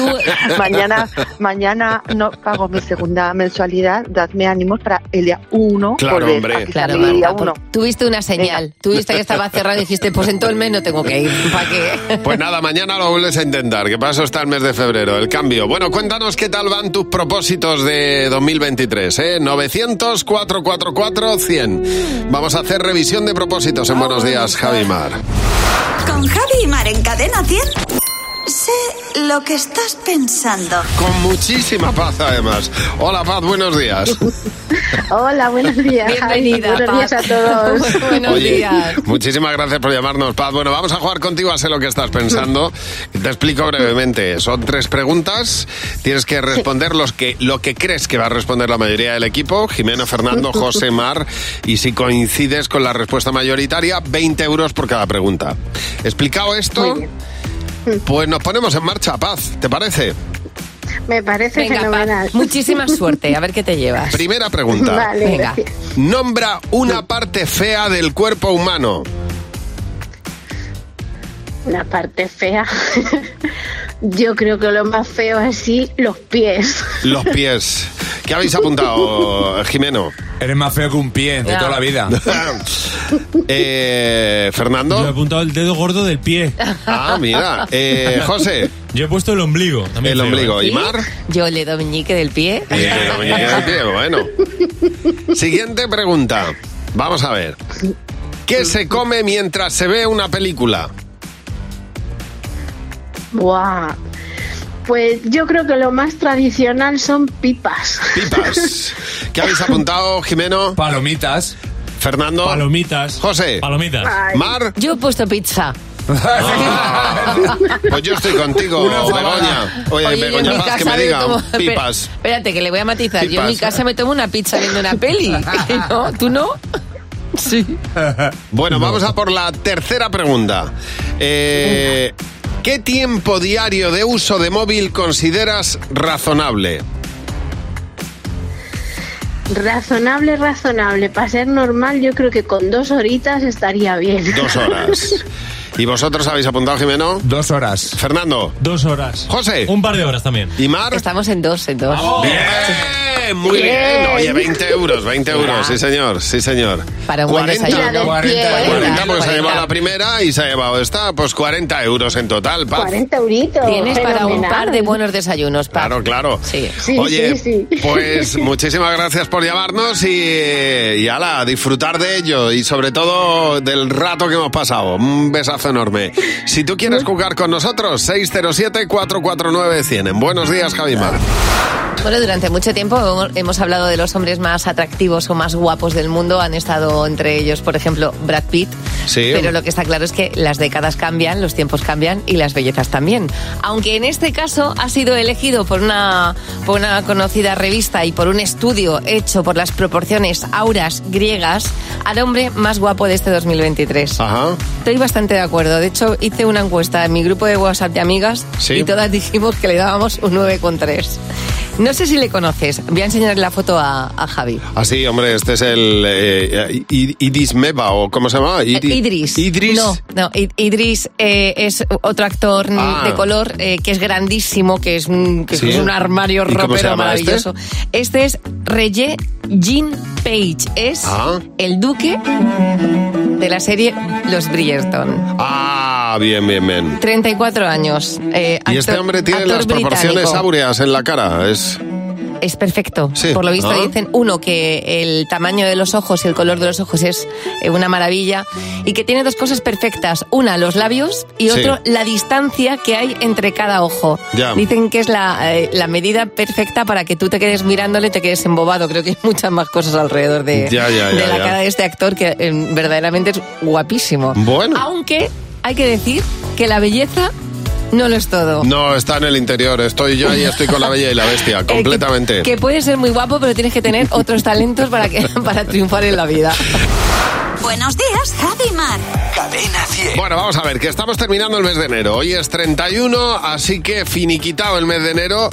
[SPEAKER 7] mañana, mañana no pago mi segunda mensualidad, dadme ánimos para el día 1.
[SPEAKER 3] Claro, hombre.
[SPEAKER 7] Claro,
[SPEAKER 3] Claro,
[SPEAKER 7] el día
[SPEAKER 4] Marta,
[SPEAKER 7] 1.
[SPEAKER 4] Tuviste una señal. Tuviste que estaba cerrado y dijiste, pues en todo el mes no tengo que ir. ¿Para qué?
[SPEAKER 3] Pues nada, mañana lo vuelves a intentar, que paso está el mes de febrero, el cambio. Bueno, cuéntanos qué tal van tus propósitos de 2023, ¿eh? 900-444-100. Vamos a hacer revisión de propósitos en Buenos Días, Javimar.
[SPEAKER 24] Con Javi y Mar en Cadena 100. Sé lo que estás pensando.
[SPEAKER 3] Con muchísima paz, además. Hola, Paz, buenos días.
[SPEAKER 7] Hola, buenos días.
[SPEAKER 4] Bienvenida,
[SPEAKER 7] Javi. Buenos
[SPEAKER 4] Paz.
[SPEAKER 7] días a todos.
[SPEAKER 4] Buenos
[SPEAKER 3] Oye,
[SPEAKER 4] días.
[SPEAKER 3] Muchísimas gracias por llamarnos, Paz. Bueno, vamos a jugar contigo a sé lo que estás pensando. Te explico brevemente. Son tres preguntas. Tienes que responder los que, lo que crees que va a responder la mayoría del equipo. Jimeno, Fernando, José, Mar. Y si coincides con la respuesta mayoritaria, 20 euros por cada pregunta. Explicado esto, pues nos ponemos en marcha, Paz. ¿Te parece?
[SPEAKER 4] Me parece
[SPEAKER 8] fenomenal.
[SPEAKER 4] Muchísima suerte. A ver qué te llevas.
[SPEAKER 3] Primera pregunta.
[SPEAKER 4] Vale, Venga.
[SPEAKER 3] Nombra una parte fea del cuerpo humano.
[SPEAKER 8] Una parte fea. Yo creo que lo más feo es sí los pies.
[SPEAKER 3] Los pies. ¿Qué habéis apuntado, Jimeno?
[SPEAKER 25] Eres más feo que un pie de
[SPEAKER 8] Ya.
[SPEAKER 25] toda la vida.
[SPEAKER 3] Eh, Fernando.
[SPEAKER 5] Yo he apuntado el dedo gordo del pie.
[SPEAKER 3] Ah, mira. Eh, José.
[SPEAKER 5] Yo he puesto el ombligo.
[SPEAKER 3] El ombligo.
[SPEAKER 25] ¿eh?
[SPEAKER 3] ¿Y Mar?
[SPEAKER 4] Yo le doy meñique del pie.
[SPEAKER 3] Bien, bien, bien, bueno. Siguiente pregunta. Vamos a ver. ¿Qué se come mientras se ve una película?
[SPEAKER 8] Buah. Pues yo creo que lo más tradicional son pipas.
[SPEAKER 3] Pipas. ¿Qué habéis apuntado, Jimeno?
[SPEAKER 25] Palomitas.
[SPEAKER 3] Fernando.
[SPEAKER 5] Palomitas.
[SPEAKER 3] José.
[SPEAKER 5] Palomitas.
[SPEAKER 3] Mar.
[SPEAKER 4] Yo he puesto pizza.
[SPEAKER 3] Ah. Pues yo estoy contigo,
[SPEAKER 25] Una
[SPEAKER 3] Begoña. Oye,
[SPEAKER 4] Oye, yo en
[SPEAKER 3] Begoña,
[SPEAKER 4] mi
[SPEAKER 3] Paz, que
[SPEAKER 4] casa
[SPEAKER 3] me
[SPEAKER 4] me
[SPEAKER 3] digan
[SPEAKER 4] tomo-
[SPEAKER 3] pipas.
[SPEAKER 4] Espérate, que le voy a matizar. Yo en mi
[SPEAKER 3] Pipas.
[SPEAKER 4] casa me tomo una pizza viendo una peli. ¿No? ¿Tú no? Sí.
[SPEAKER 3] Bueno, vamos a por la tercera pregunta. Eh, ¿Qué tiempo diario de uso de móvil consideras razonable?
[SPEAKER 8] Razonable, razonable. Para ser normal, yo creo que con dos horitas estaría bien.
[SPEAKER 3] Dos horas. ¿Y vosotros habéis apuntado, Jimeno?
[SPEAKER 25] Dos horas.
[SPEAKER 3] Fernando.
[SPEAKER 5] Dos horas.
[SPEAKER 3] José.
[SPEAKER 5] Un par de horas también.
[SPEAKER 3] ¿Y Mar?
[SPEAKER 4] Estamos en dos, en dos.
[SPEAKER 3] Bien, muy bien. Oye, 20 euros, 20 euros, sí señor, sí señor.
[SPEAKER 4] Para un buen desayuno.
[SPEAKER 3] 40, 40, porque se ha
[SPEAKER 4] 40.
[SPEAKER 3] llevado la primera y se ha llevado esta, pues 40 euros en total, Paz.
[SPEAKER 8] euritos.
[SPEAKER 4] Tienes para un
[SPEAKER 8] fenomenal.
[SPEAKER 4] par de buenos desayunos, Paz.
[SPEAKER 3] Claro, claro.
[SPEAKER 4] Sí,
[SPEAKER 3] Oye,
[SPEAKER 4] sí, sí.
[SPEAKER 3] pues muchísimas gracias por llamarnos y, y ala, a disfrutar de ello y sobre todo del rato que hemos pasado. Un besazo. abrazo enorme. Si tú quieres jugar con nosotros, 607-449-100. Buenos días, Javi Mar.
[SPEAKER 4] Bueno, durante mucho tiempo hemos- hemos hablado de los hombres más atractivos o más guapos del mundo. Han estado entre ellos, por ejemplo, Brad Pitt.
[SPEAKER 3] Sí.
[SPEAKER 4] Pero lo que está claro es que las décadas cambian, los tiempos cambian y las bellezas también. Aunque en este caso ha sido elegido por una, por una conocida revista y por un estudio hecho por las proporciones auras griegas al hombre más guapo de este 2023. Estoy bastante de acuerdo. De hecho, hice una encuesta en mi grupo de WhatsApp de amigas
[SPEAKER 3] Sí.
[SPEAKER 4] y todas dijimos que le dábamos un 9,3. No sé si le conoces. Voy a enseñar la foto a, a Javi.
[SPEAKER 3] Ah, sí, hombre, este es el eh, I- Idis Meba, o ¿cómo se llama? Idi-
[SPEAKER 4] Eh, Idris.
[SPEAKER 3] Eh, Idris.
[SPEAKER 4] No, no. I- Idris eh, es otro actor mm,
[SPEAKER 3] Ah.
[SPEAKER 4] de color eh, que es grandísimo, que es, un- que
[SPEAKER 3] Sí.
[SPEAKER 4] es un armario
[SPEAKER 3] ¿Y cómo se
[SPEAKER 4] ropero
[SPEAKER 3] llama este?
[SPEAKER 4] maravilloso. Este, es Reye Jean Page. Es
[SPEAKER 3] Ah.
[SPEAKER 4] el duque de la serie Los Bridgerton.
[SPEAKER 3] Ah, bien, bien, bien.
[SPEAKER 4] 34 años. eh,
[SPEAKER 3] Y este
[SPEAKER 4] actor-
[SPEAKER 3] hombre tiene
[SPEAKER 4] actor
[SPEAKER 3] las proporciones Ah,
[SPEAKER 4] británico.
[SPEAKER 3] áureas en la cara. Es...
[SPEAKER 4] Es perfecto.
[SPEAKER 3] Sí.
[SPEAKER 4] Por lo visto
[SPEAKER 3] Ah.
[SPEAKER 4] dicen, uno, que el tamaño de los ojos y el color de los ojos es eh, una maravilla y que tiene dos cosas perfectas. Una, los labios y
[SPEAKER 6] Sí.
[SPEAKER 4] otro, la distancia que hay entre cada ojo.
[SPEAKER 6] Ya.
[SPEAKER 4] Dicen que es la, eh, la medida perfecta para que tú te quedes mirándole y te quedes embobado. Creo que hay muchas más cosas alrededor de,
[SPEAKER 6] Ya, ya,
[SPEAKER 4] de
[SPEAKER 6] ya,
[SPEAKER 4] la
[SPEAKER 6] ya.
[SPEAKER 4] cara de este actor que eh, verdaderamente es guapísimo.
[SPEAKER 3] Bueno.
[SPEAKER 4] Aunque hay que decir que la belleza no lo es todo.
[SPEAKER 3] No, está en el interior. Estoy yo ahí, estoy con la bella y la
[SPEAKER 4] Eh,
[SPEAKER 3] bestia, completamente.
[SPEAKER 4] Que puede ser muy guapo, pero tienes que tener otros talentos para, que, para triunfar en la vida.
[SPEAKER 24] Buenos días, Javi y Mar.
[SPEAKER 3] Bueno, vamos a ver, que estamos terminando el mes de enero. Hoy es 31, así que finiquitado el mes de enero.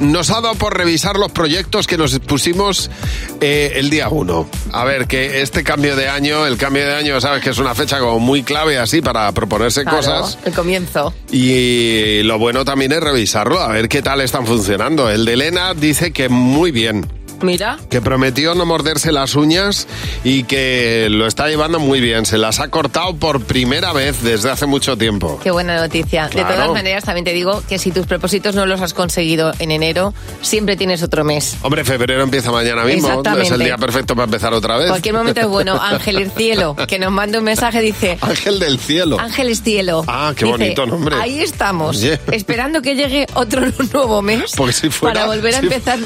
[SPEAKER 3] Nos ha dado por revisar los proyectos que nos pusimos eh, el día 1. A ver, que este cambio de año, el cambio de año, sabes que es una fecha como muy clave así para proponerse
[SPEAKER 4] Claro,
[SPEAKER 3] cosas.
[SPEAKER 4] El comienzo.
[SPEAKER 3] Y lo bueno también es revisarlo, a ver qué tal están funcionando. El de Elena dice que muy bien.
[SPEAKER 4] Mira.
[SPEAKER 3] Que prometió no morderse las uñas y que lo está llevando muy bien. Se las ha cortado por primera vez desde hace mucho tiempo.
[SPEAKER 4] Qué buena noticia. De
[SPEAKER 3] Claro.
[SPEAKER 4] todas maneras, también te digo que si tus propósitos no los has conseguido en enero, siempre tienes otro mes.
[SPEAKER 3] Hombre, febrero empieza mañana mismo.
[SPEAKER 4] Exactamente.
[SPEAKER 3] Es el día perfecto para empezar otra vez.
[SPEAKER 4] Cualquier momento es bueno. Ángel el cielo, que nos manda un mensaje, dice...
[SPEAKER 3] Ángel del cielo.
[SPEAKER 4] Ángel el cielo.
[SPEAKER 3] Ah, qué
[SPEAKER 4] Dice,
[SPEAKER 3] bonito nombre.
[SPEAKER 4] Ahí estamos,
[SPEAKER 3] Oye.
[SPEAKER 4] esperando que llegue otro nuevo mes
[SPEAKER 3] Porque si fuera-
[SPEAKER 4] para volver a
[SPEAKER 3] si-
[SPEAKER 4] empezar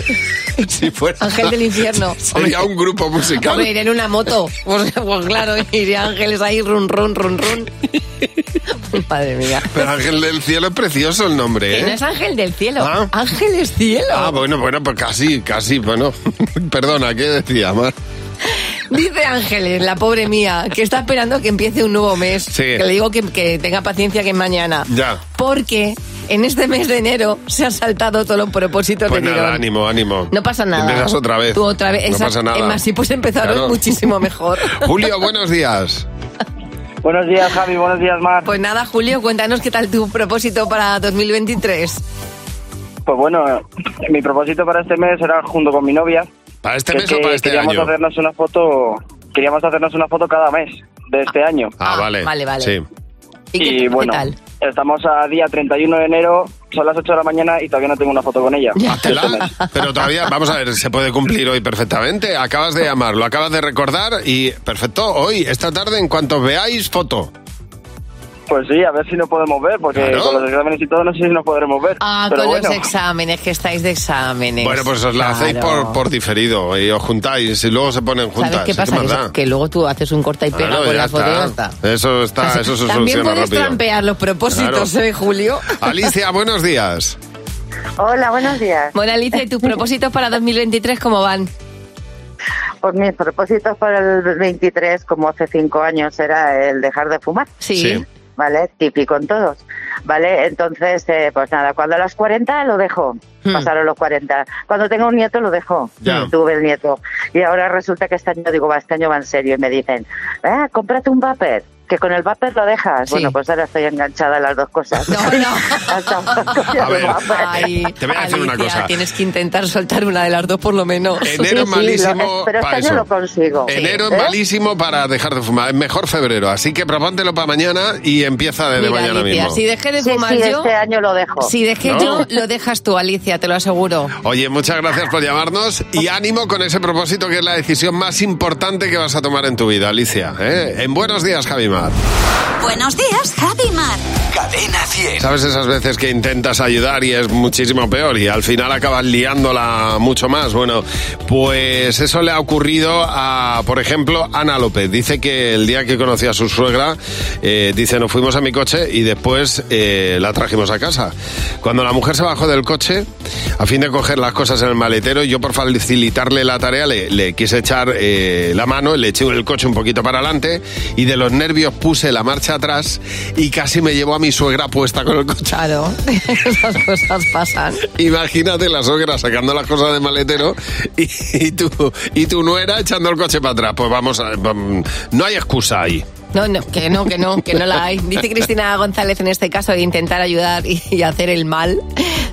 [SPEAKER 3] Si fuera-
[SPEAKER 4] Ángel del infierno.
[SPEAKER 3] Sería un grupo musical.
[SPEAKER 4] Hombre, Ah, iré en una moto. Pues, pues claro, iré a Ángeles ahí, run, run, run, run. Madre mía.
[SPEAKER 3] Pero Ángel del cielo es precioso el nombre,
[SPEAKER 4] Que
[SPEAKER 3] ¿eh?
[SPEAKER 4] no es Ángel del cielo.
[SPEAKER 3] Ah.
[SPEAKER 4] Ángel es cielo.
[SPEAKER 3] Ah, bueno, bueno, pues casi, casi, bueno. Perdona, ¿qué decía, Mar?
[SPEAKER 4] Dice Ángeles, la pobre mía, que está esperando que empiece un nuevo mes. Que le digo que, que tenga paciencia que es mañana.
[SPEAKER 3] Ya.
[SPEAKER 4] Porque en este mes de enero se ha saltado todos los propósitos
[SPEAKER 3] Pues
[SPEAKER 4] de
[SPEAKER 3] nada, ánimo, ánimo.
[SPEAKER 4] No pasa nada.
[SPEAKER 3] Empiezas otra vez.
[SPEAKER 4] Tú otra vez.
[SPEAKER 3] No
[SPEAKER 4] Exacto.
[SPEAKER 3] pasa nada.
[SPEAKER 4] Es más, si puedes empezar
[SPEAKER 3] Claro.
[SPEAKER 4] hoy muchísimo mejor.
[SPEAKER 3] Julio, buenos días.
[SPEAKER 10] Buenos días, Javi. Buenos días, Mar.
[SPEAKER 4] Pues nada, Julio, cuéntanos qué tal tu propósito para 2023.
[SPEAKER 10] Pues bueno, mi propósito para este mes era junto con mi novia.
[SPEAKER 3] ¿Para este
[SPEAKER 10] que
[SPEAKER 3] mes
[SPEAKER 10] es
[SPEAKER 3] o
[SPEAKER 10] que
[SPEAKER 3] para este
[SPEAKER 10] queríamos
[SPEAKER 3] año?
[SPEAKER 10] Hacernos una foto, queríamos hacernos una foto cada mes de este año.
[SPEAKER 3] Ah, vale.
[SPEAKER 10] vale, vale.
[SPEAKER 3] Sí.
[SPEAKER 10] Y, bueno, estamos a día 31 de enero, son las 8 de la mañana y todavía no tengo una foto con ella.
[SPEAKER 3] Háztela, pero todavía, vamos a ver, se puede cumplir hoy perfectamente. Acabas de llamarlo, acabas de recordar y perfecto, hoy, esta tarde, en cuanto veáis foto.
[SPEAKER 10] Pues sí, a ver si nos podemos ver, porque
[SPEAKER 3] Claro.
[SPEAKER 10] con los exámenes y todo no sé si nos podremos ver.
[SPEAKER 4] Ah,
[SPEAKER 10] pero
[SPEAKER 4] con
[SPEAKER 10] bueno.
[SPEAKER 4] los exámenes, que estáis de exámenes.
[SPEAKER 3] Bueno, pues os la hacéis
[SPEAKER 4] Claro.
[SPEAKER 3] por, por diferido y os juntáis y luego se ponen juntas.
[SPEAKER 4] ¿Sabes qué
[SPEAKER 3] ¿sí?
[SPEAKER 4] pasa?
[SPEAKER 3] más
[SPEAKER 4] Que,
[SPEAKER 3] da?
[SPEAKER 4] que luego tú haces un corta y pega
[SPEAKER 3] Claro,
[SPEAKER 4] con
[SPEAKER 3] ya
[SPEAKER 4] la foto y ya está.
[SPEAKER 3] Eso está, eso
[SPEAKER 4] También
[SPEAKER 3] se soluciona
[SPEAKER 4] puedes
[SPEAKER 3] rápido.
[SPEAKER 4] trampear los propósitos,
[SPEAKER 3] Claro.
[SPEAKER 4] ¿eh, Julio?
[SPEAKER 3] Alicia, buenos días.
[SPEAKER 11] Hola, buenos días.
[SPEAKER 4] Bueno, Alicia, ¿y tus propósitos para 2023 cómo van?
[SPEAKER 11] Pues mis propósitos para el 23, como hace cinco años, era el dejar de fumar.
[SPEAKER 4] Sí. Sí.
[SPEAKER 11] ¿Vale? Típico en todos. ¿Vale? Entonces, eh, pues nada, cuando a los 40 lo dejo.
[SPEAKER 3] Hmm.
[SPEAKER 11] Pasaron los 40. Cuando tengo un nieto lo dejo. Ya. Tuve el nieto. Y ahora resulta que este año, digo, va, este año va en serio. Y me dicen, ah, cómprate un vapor. Que con el vapor lo dejas. Bueno, pues ahora estoy enganchada a las dos cosas. No, no.
[SPEAKER 3] A ver, te voy a decir una
[SPEAKER 4] Alicia,
[SPEAKER 3] cosa.
[SPEAKER 4] Tienes que intentar soltar una de las dos por lo menos.
[SPEAKER 3] Enero es malísimo
[SPEAKER 11] este
[SPEAKER 3] para eso. Enero
[SPEAKER 4] ¿Eh?
[SPEAKER 11] ¿Eh?
[SPEAKER 3] es malísimo para dejar de fumar. Es mejor febrero. Así que propóntelo para mañana y empieza desde
[SPEAKER 4] Mira,
[SPEAKER 3] mañana
[SPEAKER 4] Alicia,
[SPEAKER 3] mismo.
[SPEAKER 4] si dejé de
[SPEAKER 11] Sí,
[SPEAKER 4] fumar
[SPEAKER 11] sí,
[SPEAKER 4] yo...
[SPEAKER 11] este año lo dejo.
[SPEAKER 4] Si dejé
[SPEAKER 3] No.
[SPEAKER 4] yo, lo dejas tú, Alicia, te lo aseguro.
[SPEAKER 3] Oye, muchas gracias por llamarnos y ánimo con ese propósito que es la decisión más importante que vas a tomar en tu vida, Alicia. ¿eh? En buenos días, Javimar. Mar.
[SPEAKER 24] Buenos días, Javi Mar.
[SPEAKER 2] Cadena 100.
[SPEAKER 3] ¿Sabes esas veces que intentas ayudar y es muchísimo peor y al final acabas liándola mucho más? Bueno, pues eso le ha ocurrido a, por ejemplo, Ana López. Dice que el día que conocí a su suegra, eh, dice, nos fuimos a mi coche y después eh, la trajimos a casa. Cuando la mujer se bajó del coche, a fin de coger las cosas en el maletero, yo por facilitarle la tarea le, le quise echar eh, la mano, le eché el coche un poquito para adelante y de los nervios puse la marcha atrás y casi me llevó a mi suegra puesta con el coche.
[SPEAKER 4] Claro, esas cosas pasan.
[SPEAKER 3] Imagínate la suegra sacando las cosas del maletero y, y, tú, y tu nuera echando el coche para atrás. Pues vamos, a- vam- no hay excusa ahí.
[SPEAKER 4] No, no, que no, que no, que no la hay. Dice Cristina González en este caso de intentar ayudar y, y hacer el mal.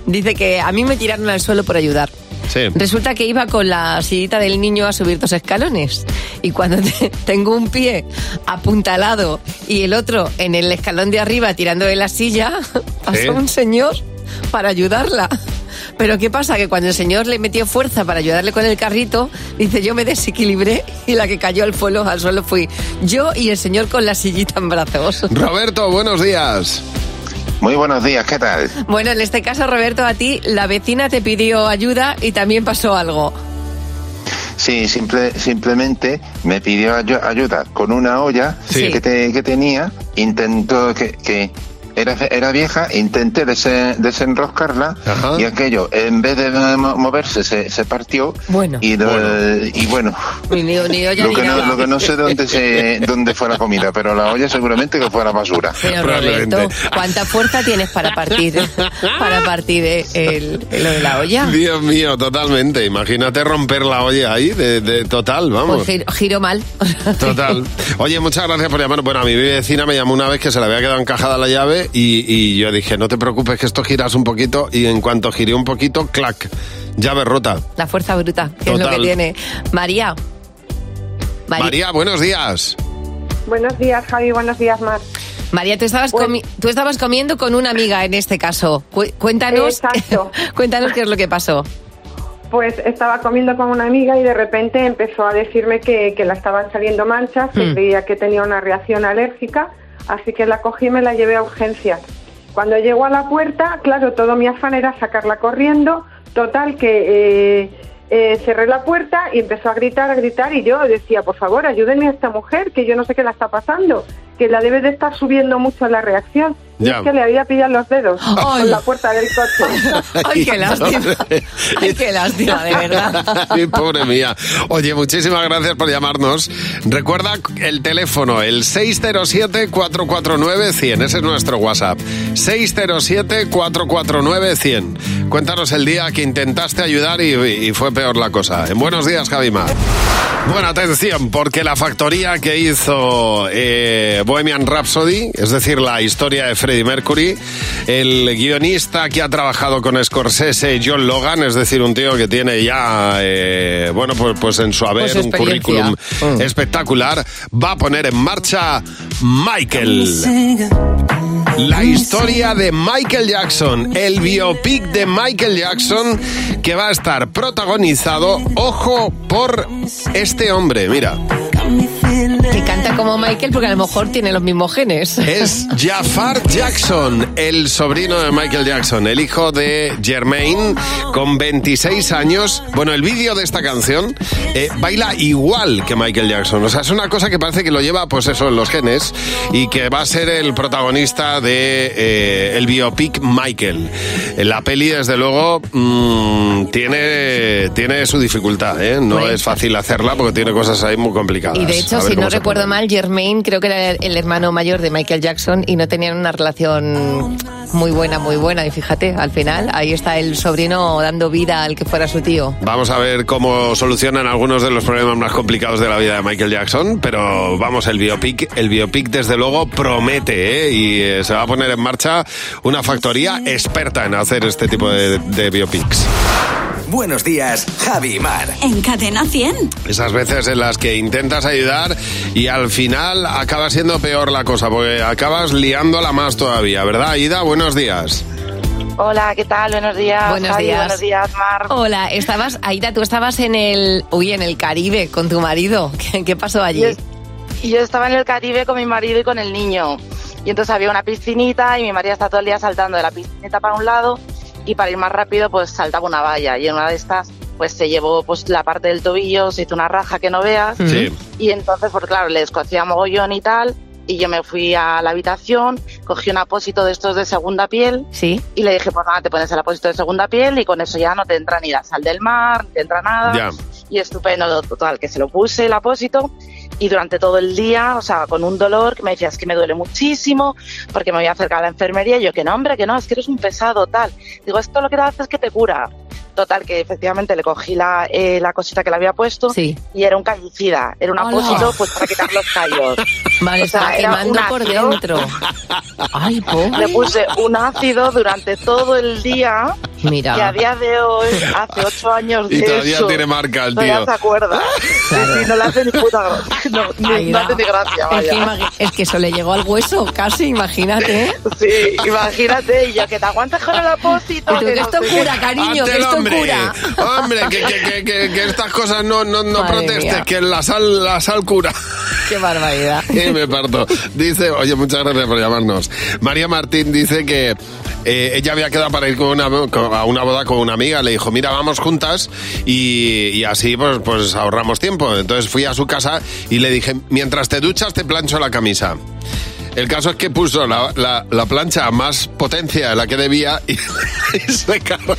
[SPEAKER 4] Dice que a mí me tiraron al suelo por ayudar.
[SPEAKER 3] Sí.
[SPEAKER 4] Resulta que iba con la sillita del niño a subir dos escalones y cuando te- tengo un pie apuntalado y el otro en el escalón de arriba tirando de la silla, pasó
[SPEAKER 6] Sí.
[SPEAKER 4] un señor para ayudarla. Pero ¿qué pasa? Que cuando el señor le metió fuerza para ayudarle con el carrito, dice yo me desequilibré y la que cayó al suelo, al suelo fui yo y el señor con la sillita en brazos.
[SPEAKER 3] Roberto, buenos días.
[SPEAKER 12] Muy buenos días, ¿qué tal?
[SPEAKER 4] Bueno, en este caso, Roberto, a ti la vecina te pidió ayuda y también pasó algo.
[SPEAKER 12] Sí, simple- simplemente me pidió ayu- ayuda con una olla
[SPEAKER 4] Sí.
[SPEAKER 12] que, te- que tenía, intentó que... que era, era vieja, intenté desen- desenroscarla y aquello, en vez de mo- moverse, se, se partió.
[SPEAKER 4] Bueno.
[SPEAKER 12] Y, lo- y bueno,
[SPEAKER 4] Ni, ni- ni olla
[SPEAKER 12] lo
[SPEAKER 4] ni
[SPEAKER 12] que, no,
[SPEAKER 4] nada.
[SPEAKER 12] lo que no sé dónde, se, dónde fue la comida, pero la olla seguramente que fue a la basura.
[SPEAKER 4] Pero Roberto, ¿cuánta fuerza tienes para partir, para partir eh, el, lo de la olla?
[SPEAKER 3] Dios mío, totalmente. Imagínate romper la olla ahí, de, de- total, vamos.
[SPEAKER 4] Pues giro, giro mal.
[SPEAKER 3] Total. Oye, muchas gracias por llamar. Bueno, a mi vecina me llamó una vez que se le había quedado encajada la llave y, y yo dije, no te preocupes que esto giras un poquito y en cuanto giré un poquito, clac, llave rota.
[SPEAKER 4] La fuerza bruta, que es lo
[SPEAKER 3] Total.
[SPEAKER 4] que tiene. María. Mari-
[SPEAKER 3] María, buenos días.
[SPEAKER 14] Buenos días, Javi. Buenos días, Mar.
[SPEAKER 4] María, tú estabas, comi- tú estabas comiendo con una amiga en este caso. Cu- cuéntanos, cuéntanos qué es lo que pasó.
[SPEAKER 14] Pues estaba comiendo con una amiga y de repente empezó a decirme que, que la estaban saliendo manchas, que
[SPEAKER 4] Mm.
[SPEAKER 14] creía que tenía una reacción alérgica, así que la cogí y me la llevé a urgencias. Cuando llegó a la puerta, claro, todo mi afán era sacarla corriendo, total que eh, eh, cerré la puerta y empezó a gritar, a gritar y yo decía, por favor, ayúdenme a esta mujer, que yo no sé qué la está pasando, que la debe de estar subiendo mucho la reacción. Y
[SPEAKER 3] Ya.
[SPEAKER 14] es que le había pillado los dedos
[SPEAKER 4] con
[SPEAKER 14] la puerta del coche.
[SPEAKER 4] Ay, qué lástima. Ay, qué lástima, de verdad.
[SPEAKER 3] Sí, pobre mía. Oye, muchísimas gracias por llamarnos. Recuerda el teléfono, el 607-449-100. Ese es nuestro WhatsApp. 607-449-100. Cuéntanos el día que intentaste ayudar y, y fue peor la cosa. En buenos días, Javimar. Bueno, atención, porque la factoría que hizo eh, Bohemian Rhapsody, es decir, la historia de Freddie Mercury, el guionista que ha trabajado con Scorsese, John Logan, es decir, un tío que tiene ya, eh, bueno, pues, pues en su haber
[SPEAKER 2] Pues
[SPEAKER 3] un
[SPEAKER 2] experiencia. Mm.
[SPEAKER 3] currículum espectacular, va a poner en marcha Michael. La historia de Michael Jackson, el biopic de Michael Jackson que va a estar protagonizado, ojo, por este hombre, mira.
[SPEAKER 4] Que canta como Michael porque a lo mejor tiene los mismos genes.
[SPEAKER 3] Es Jafar Jackson, el sobrino de Michael Jackson, el hijo de Jermaine, con 26 años. Bueno, el vídeo de esta canción eh, baila igual que Michael Jackson. O sea, es una cosa que parece que lo lleva, pues eso, en los genes y que va a ser el protagonista de eh, el biopic Michael. Eh, La peli, desde luego, mm, tiene, tiene su dificultad. ¿eh? No es fácil hacerla porque tiene cosas ahí muy complicadas.
[SPEAKER 4] Y de
[SPEAKER 3] A
[SPEAKER 4] hecho,
[SPEAKER 3] ver
[SPEAKER 4] si
[SPEAKER 3] cómo
[SPEAKER 4] no
[SPEAKER 3] se
[SPEAKER 4] recuerdo mal, Jermaine creo que era el hermano mayor de Michael Jackson y no tenían una relación muy buena, muy buena. Y fíjate, al final ahí está el sobrino dando vida al que fuera su tío.
[SPEAKER 3] Vamos a ver cómo solucionan algunos de los problemas más complicados de la vida de Michael Jackson, pero vamos, el biopic, el biopic desde luego promete ¿eh? y eh, se va a poner en marcha una factoría experta en hacer este tipo de, de biopics.
[SPEAKER 2] Buenos días, Javi y Mar.
[SPEAKER 24] En Cadena 100.
[SPEAKER 3] Esas veces en las que intentas ayudar y al final acaba siendo peor la cosa, porque acabas liándola más todavía, ¿verdad, Ida? Buenos días.
[SPEAKER 15] Hola, ¿qué tal? Buenos días.
[SPEAKER 4] Buenos
[SPEAKER 15] Ah, Javi,
[SPEAKER 4] días.
[SPEAKER 15] Buenos días, Mar.
[SPEAKER 4] Hola, estabas, Aida, tú estabas en el, uy, en el Caribe con tu marido. ¿Qué, qué pasó allí?
[SPEAKER 15] Y yo estaba en el Caribe con mi marido y con el niño. Y entonces había una piscinita y mi marido está todo el día saltando de la piscinita para un lado y para ir más rápido pues saltaba una valla y en una de estas pues se llevó pues la parte del tobillo, se hizo una raja que no veas
[SPEAKER 3] Sí.
[SPEAKER 15] y entonces pues claro le escocía mogollón y tal y yo me fui a la habitación, cogí un apósito de estos de segunda piel
[SPEAKER 4] Sí.
[SPEAKER 15] y le dije pues nada te pones el apósito de segunda piel y con eso ya no te entra ni la sal del mar, ni te entra nada
[SPEAKER 3] Ya.
[SPEAKER 15] y estupendo total que se lo puse el apósito y durante todo el día, o sea, con un dolor que me decía, es que me duele muchísimo, porque me voy a acercar a la enfermería, y yo que no, hombre, que no, es que eres un pesado, tal. Digo, esto lo que te hace es que te cura. Total, que efectivamente le cogí la, eh, la cosita que le había puesto y era un callicida, era un
[SPEAKER 4] ¡Hala!
[SPEAKER 15] apósito pues para quitar los callos.
[SPEAKER 4] Vale,
[SPEAKER 15] O
[SPEAKER 4] estaba
[SPEAKER 15] sea, era
[SPEAKER 4] quemando
[SPEAKER 15] un
[SPEAKER 4] por
[SPEAKER 15] ácido.
[SPEAKER 4] dentro. Ay, pobre.
[SPEAKER 15] Le puse un ácido durante todo el día
[SPEAKER 4] Mira.
[SPEAKER 15] y a día de hoy, hace ocho años
[SPEAKER 3] Y
[SPEAKER 15] de
[SPEAKER 3] todavía
[SPEAKER 15] eso,
[SPEAKER 3] tiene marca el
[SPEAKER 15] Todavía
[SPEAKER 3] tío. Ah.
[SPEAKER 15] se acuerda. Sí, sí, no le hace ni puta gra- no, ni-
[SPEAKER 4] Ay,
[SPEAKER 15] no
[SPEAKER 4] da.
[SPEAKER 15] hace ni gracia,
[SPEAKER 4] Es que,
[SPEAKER 15] vaya.
[SPEAKER 4] imagi- es que eso le llegó al hueso, casi, imagínate. ¿eh?
[SPEAKER 15] Sí, imagínate, y yo que te aguantes con el apósito.
[SPEAKER 4] Y tú, que esto
[SPEAKER 15] sé qué.
[SPEAKER 4] cura, cariño,
[SPEAKER 3] Hazte
[SPEAKER 4] que
[SPEAKER 3] el
[SPEAKER 4] esto
[SPEAKER 3] hombre.
[SPEAKER 4] cura.
[SPEAKER 3] Hombre, que, que- que- que- que estas cosas no, no, no
[SPEAKER 4] Madre
[SPEAKER 3] protestes,
[SPEAKER 4] mía.
[SPEAKER 3] que la sal, la sal cura.
[SPEAKER 4] Qué barbaridad.
[SPEAKER 3] Y me parto. Dice, oye, muchas gracias por llamarnos. María Martín dice que eh, ella había quedado para ir con una, con- a una boda con una amiga. Le dijo, mira, vamos juntas y, y así pues, pues ahorramos tiempo. Entonces fui a su casa y le dije, mientras te duchas te plancho la camisa. El caso es que puso la, la- la plancha a más potencia de la que debía y, y se cargó,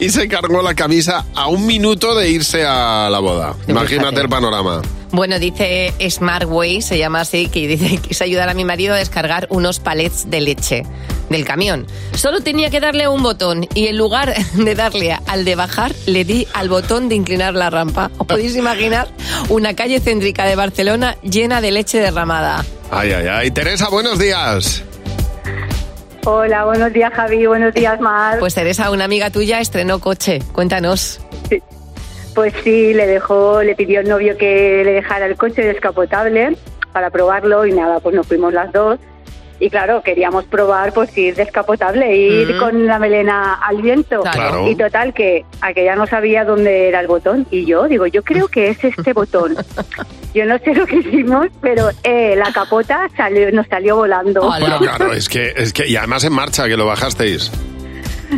[SPEAKER 3] y se cargó la camisa a un minuto de irse a la boda. Imagínate el panorama.
[SPEAKER 4] Bueno, dice Smartway, se llama así, que dice quise ayudar a mi marido a descargar unos palets de leche del camión. Solo tenía que darle a un botón y en lugar de darle al de bajar, le di al botón de inclinar la rampa. ¿Os podéis imaginar una calle céntrica de Barcelona llena de leche derramada?
[SPEAKER 3] Ay, ay, ay. Teresa, buenos días.
[SPEAKER 6] Hola, buenos días Javi, buenos días Mar.
[SPEAKER 4] Pues Teresa, una amiga tuya estrenó coche. Cuéntanos.
[SPEAKER 6] Pues sí, le dejó, le pidió el novio que le dejara el coche descapotable para probarlo y nada, pues nos fuimos las dos. Y claro, queríamos probar pues ir descapotable, ir
[SPEAKER 13] Mm.
[SPEAKER 6] con la melena al viento.
[SPEAKER 13] Claro.
[SPEAKER 6] Y total que aquella no sabía dónde era el botón y yo digo, yo creo que es este botón. Yo no sé lo que hicimos, pero eh, la capota salió, nos salió volando.
[SPEAKER 3] Bueno, claro, es que, es que, y además en marcha que lo bajasteis.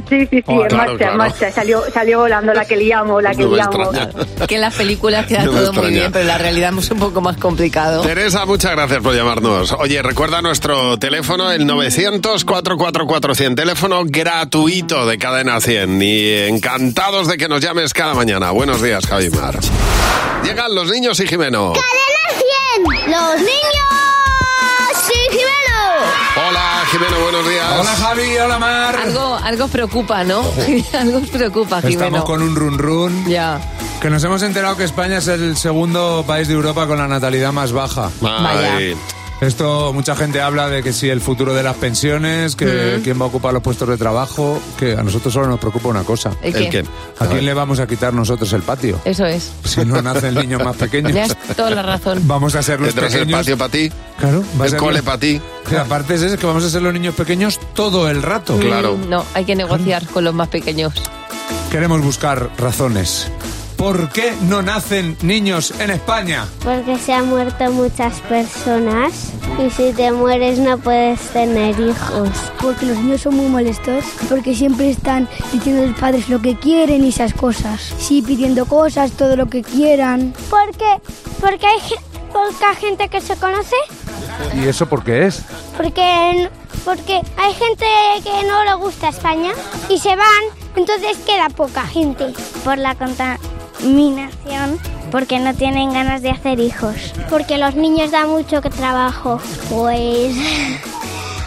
[SPEAKER 6] Sí, sí, sí,
[SPEAKER 3] Oh,
[SPEAKER 6] en
[SPEAKER 3] claro,
[SPEAKER 6] marcha,
[SPEAKER 3] claro.
[SPEAKER 6] en marcha. Salió, salió volando la que liamos, la que
[SPEAKER 3] No Pues me
[SPEAKER 6] liamos.
[SPEAKER 3] extraña.
[SPEAKER 4] Que en las películas queda
[SPEAKER 3] No me
[SPEAKER 4] todo muy
[SPEAKER 3] extraña.
[SPEAKER 4] bien, pero en la realidad es un poco más complicado.
[SPEAKER 3] Teresa, muchas gracias por llamarnos. Oye, recuerda nuestro teléfono, el 900-444-100, teléfono gratuito de Cadena 100. Y encantados de que nos llames cada mañana. Buenos días, Javi Mar. Llegan los niños y Jimeno.
[SPEAKER 16] ¡Los niños! ¡Sí,
[SPEAKER 3] Hola, Ah, Jimeno, buenos días.
[SPEAKER 25] Hola, Javi, hola, Mar.
[SPEAKER 4] Algo, algo os preocupa, ¿no? algo os preocupa,
[SPEAKER 25] Estamos
[SPEAKER 4] Jimeno.
[SPEAKER 25] con un run run.
[SPEAKER 4] Ya.
[SPEAKER 25] Que nos hemos enterado que España es el segundo país de Europa con la natalidad más baja.
[SPEAKER 3] Vaya.
[SPEAKER 25] Esto, mucha gente habla de que si el futuro de las pensiones,
[SPEAKER 4] Mm.
[SPEAKER 25] que quién va a ocupar los puestos de trabajo, que a nosotros solo nos preocupa una cosa.
[SPEAKER 4] ¿El ¿El qué? qué?
[SPEAKER 25] ¿A quién le vamos a quitar nosotros el patio?
[SPEAKER 4] Eso es.
[SPEAKER 25] Si no nacen niños más pequeños.
[SPEAKER 4] Le has toda la razón.
[SPEAKER 25] Vamos a ser los
[SPEAKER 3] Tendrás el
[SPEAKER 25] pequeños.
[SPEAKER 3] patio para ti.
[SPEAKER 25] Claro, va a
[SPEAKER 3] El
[SPEAKER 25] ser
[SPEAKER 3] cole
[SPEAKER 25] los-
[SPEAKER 3] para ti.
[SPEAKER 25] Que aparte es eso, que vamos a ser los niños pequeños todo el rato.
[SPEAKER 4] Mm, No, hay que negociar con los más pequeños.
[SPEAKER 25] Queremos buscar razones. ¿Por qué no nacen niños en España?
[SPEAKER 16] Porque se han muerto muchas personas y si te mueres no puedes tener hijos.
[SPEAKER 17] Porque los niños son muy molestos, porque siempre están diciendo a los padres lo que quieren y esas cosas. Sí, pidiendo cosas, todo lo que quieran.
[SPEAKER 16] Porque, porque hay gen- poca gente que se conoce,
[SPEAKER 25] ¿Y eso por qué es?
[SPEAKER 16] porque, n- porque hay gente que no le gusta España y se van, entonces queda poca gente. Por la contaminación, porque no tienen ganas de hacer hijos. Porque los niños dan mucho que trabajo. Pues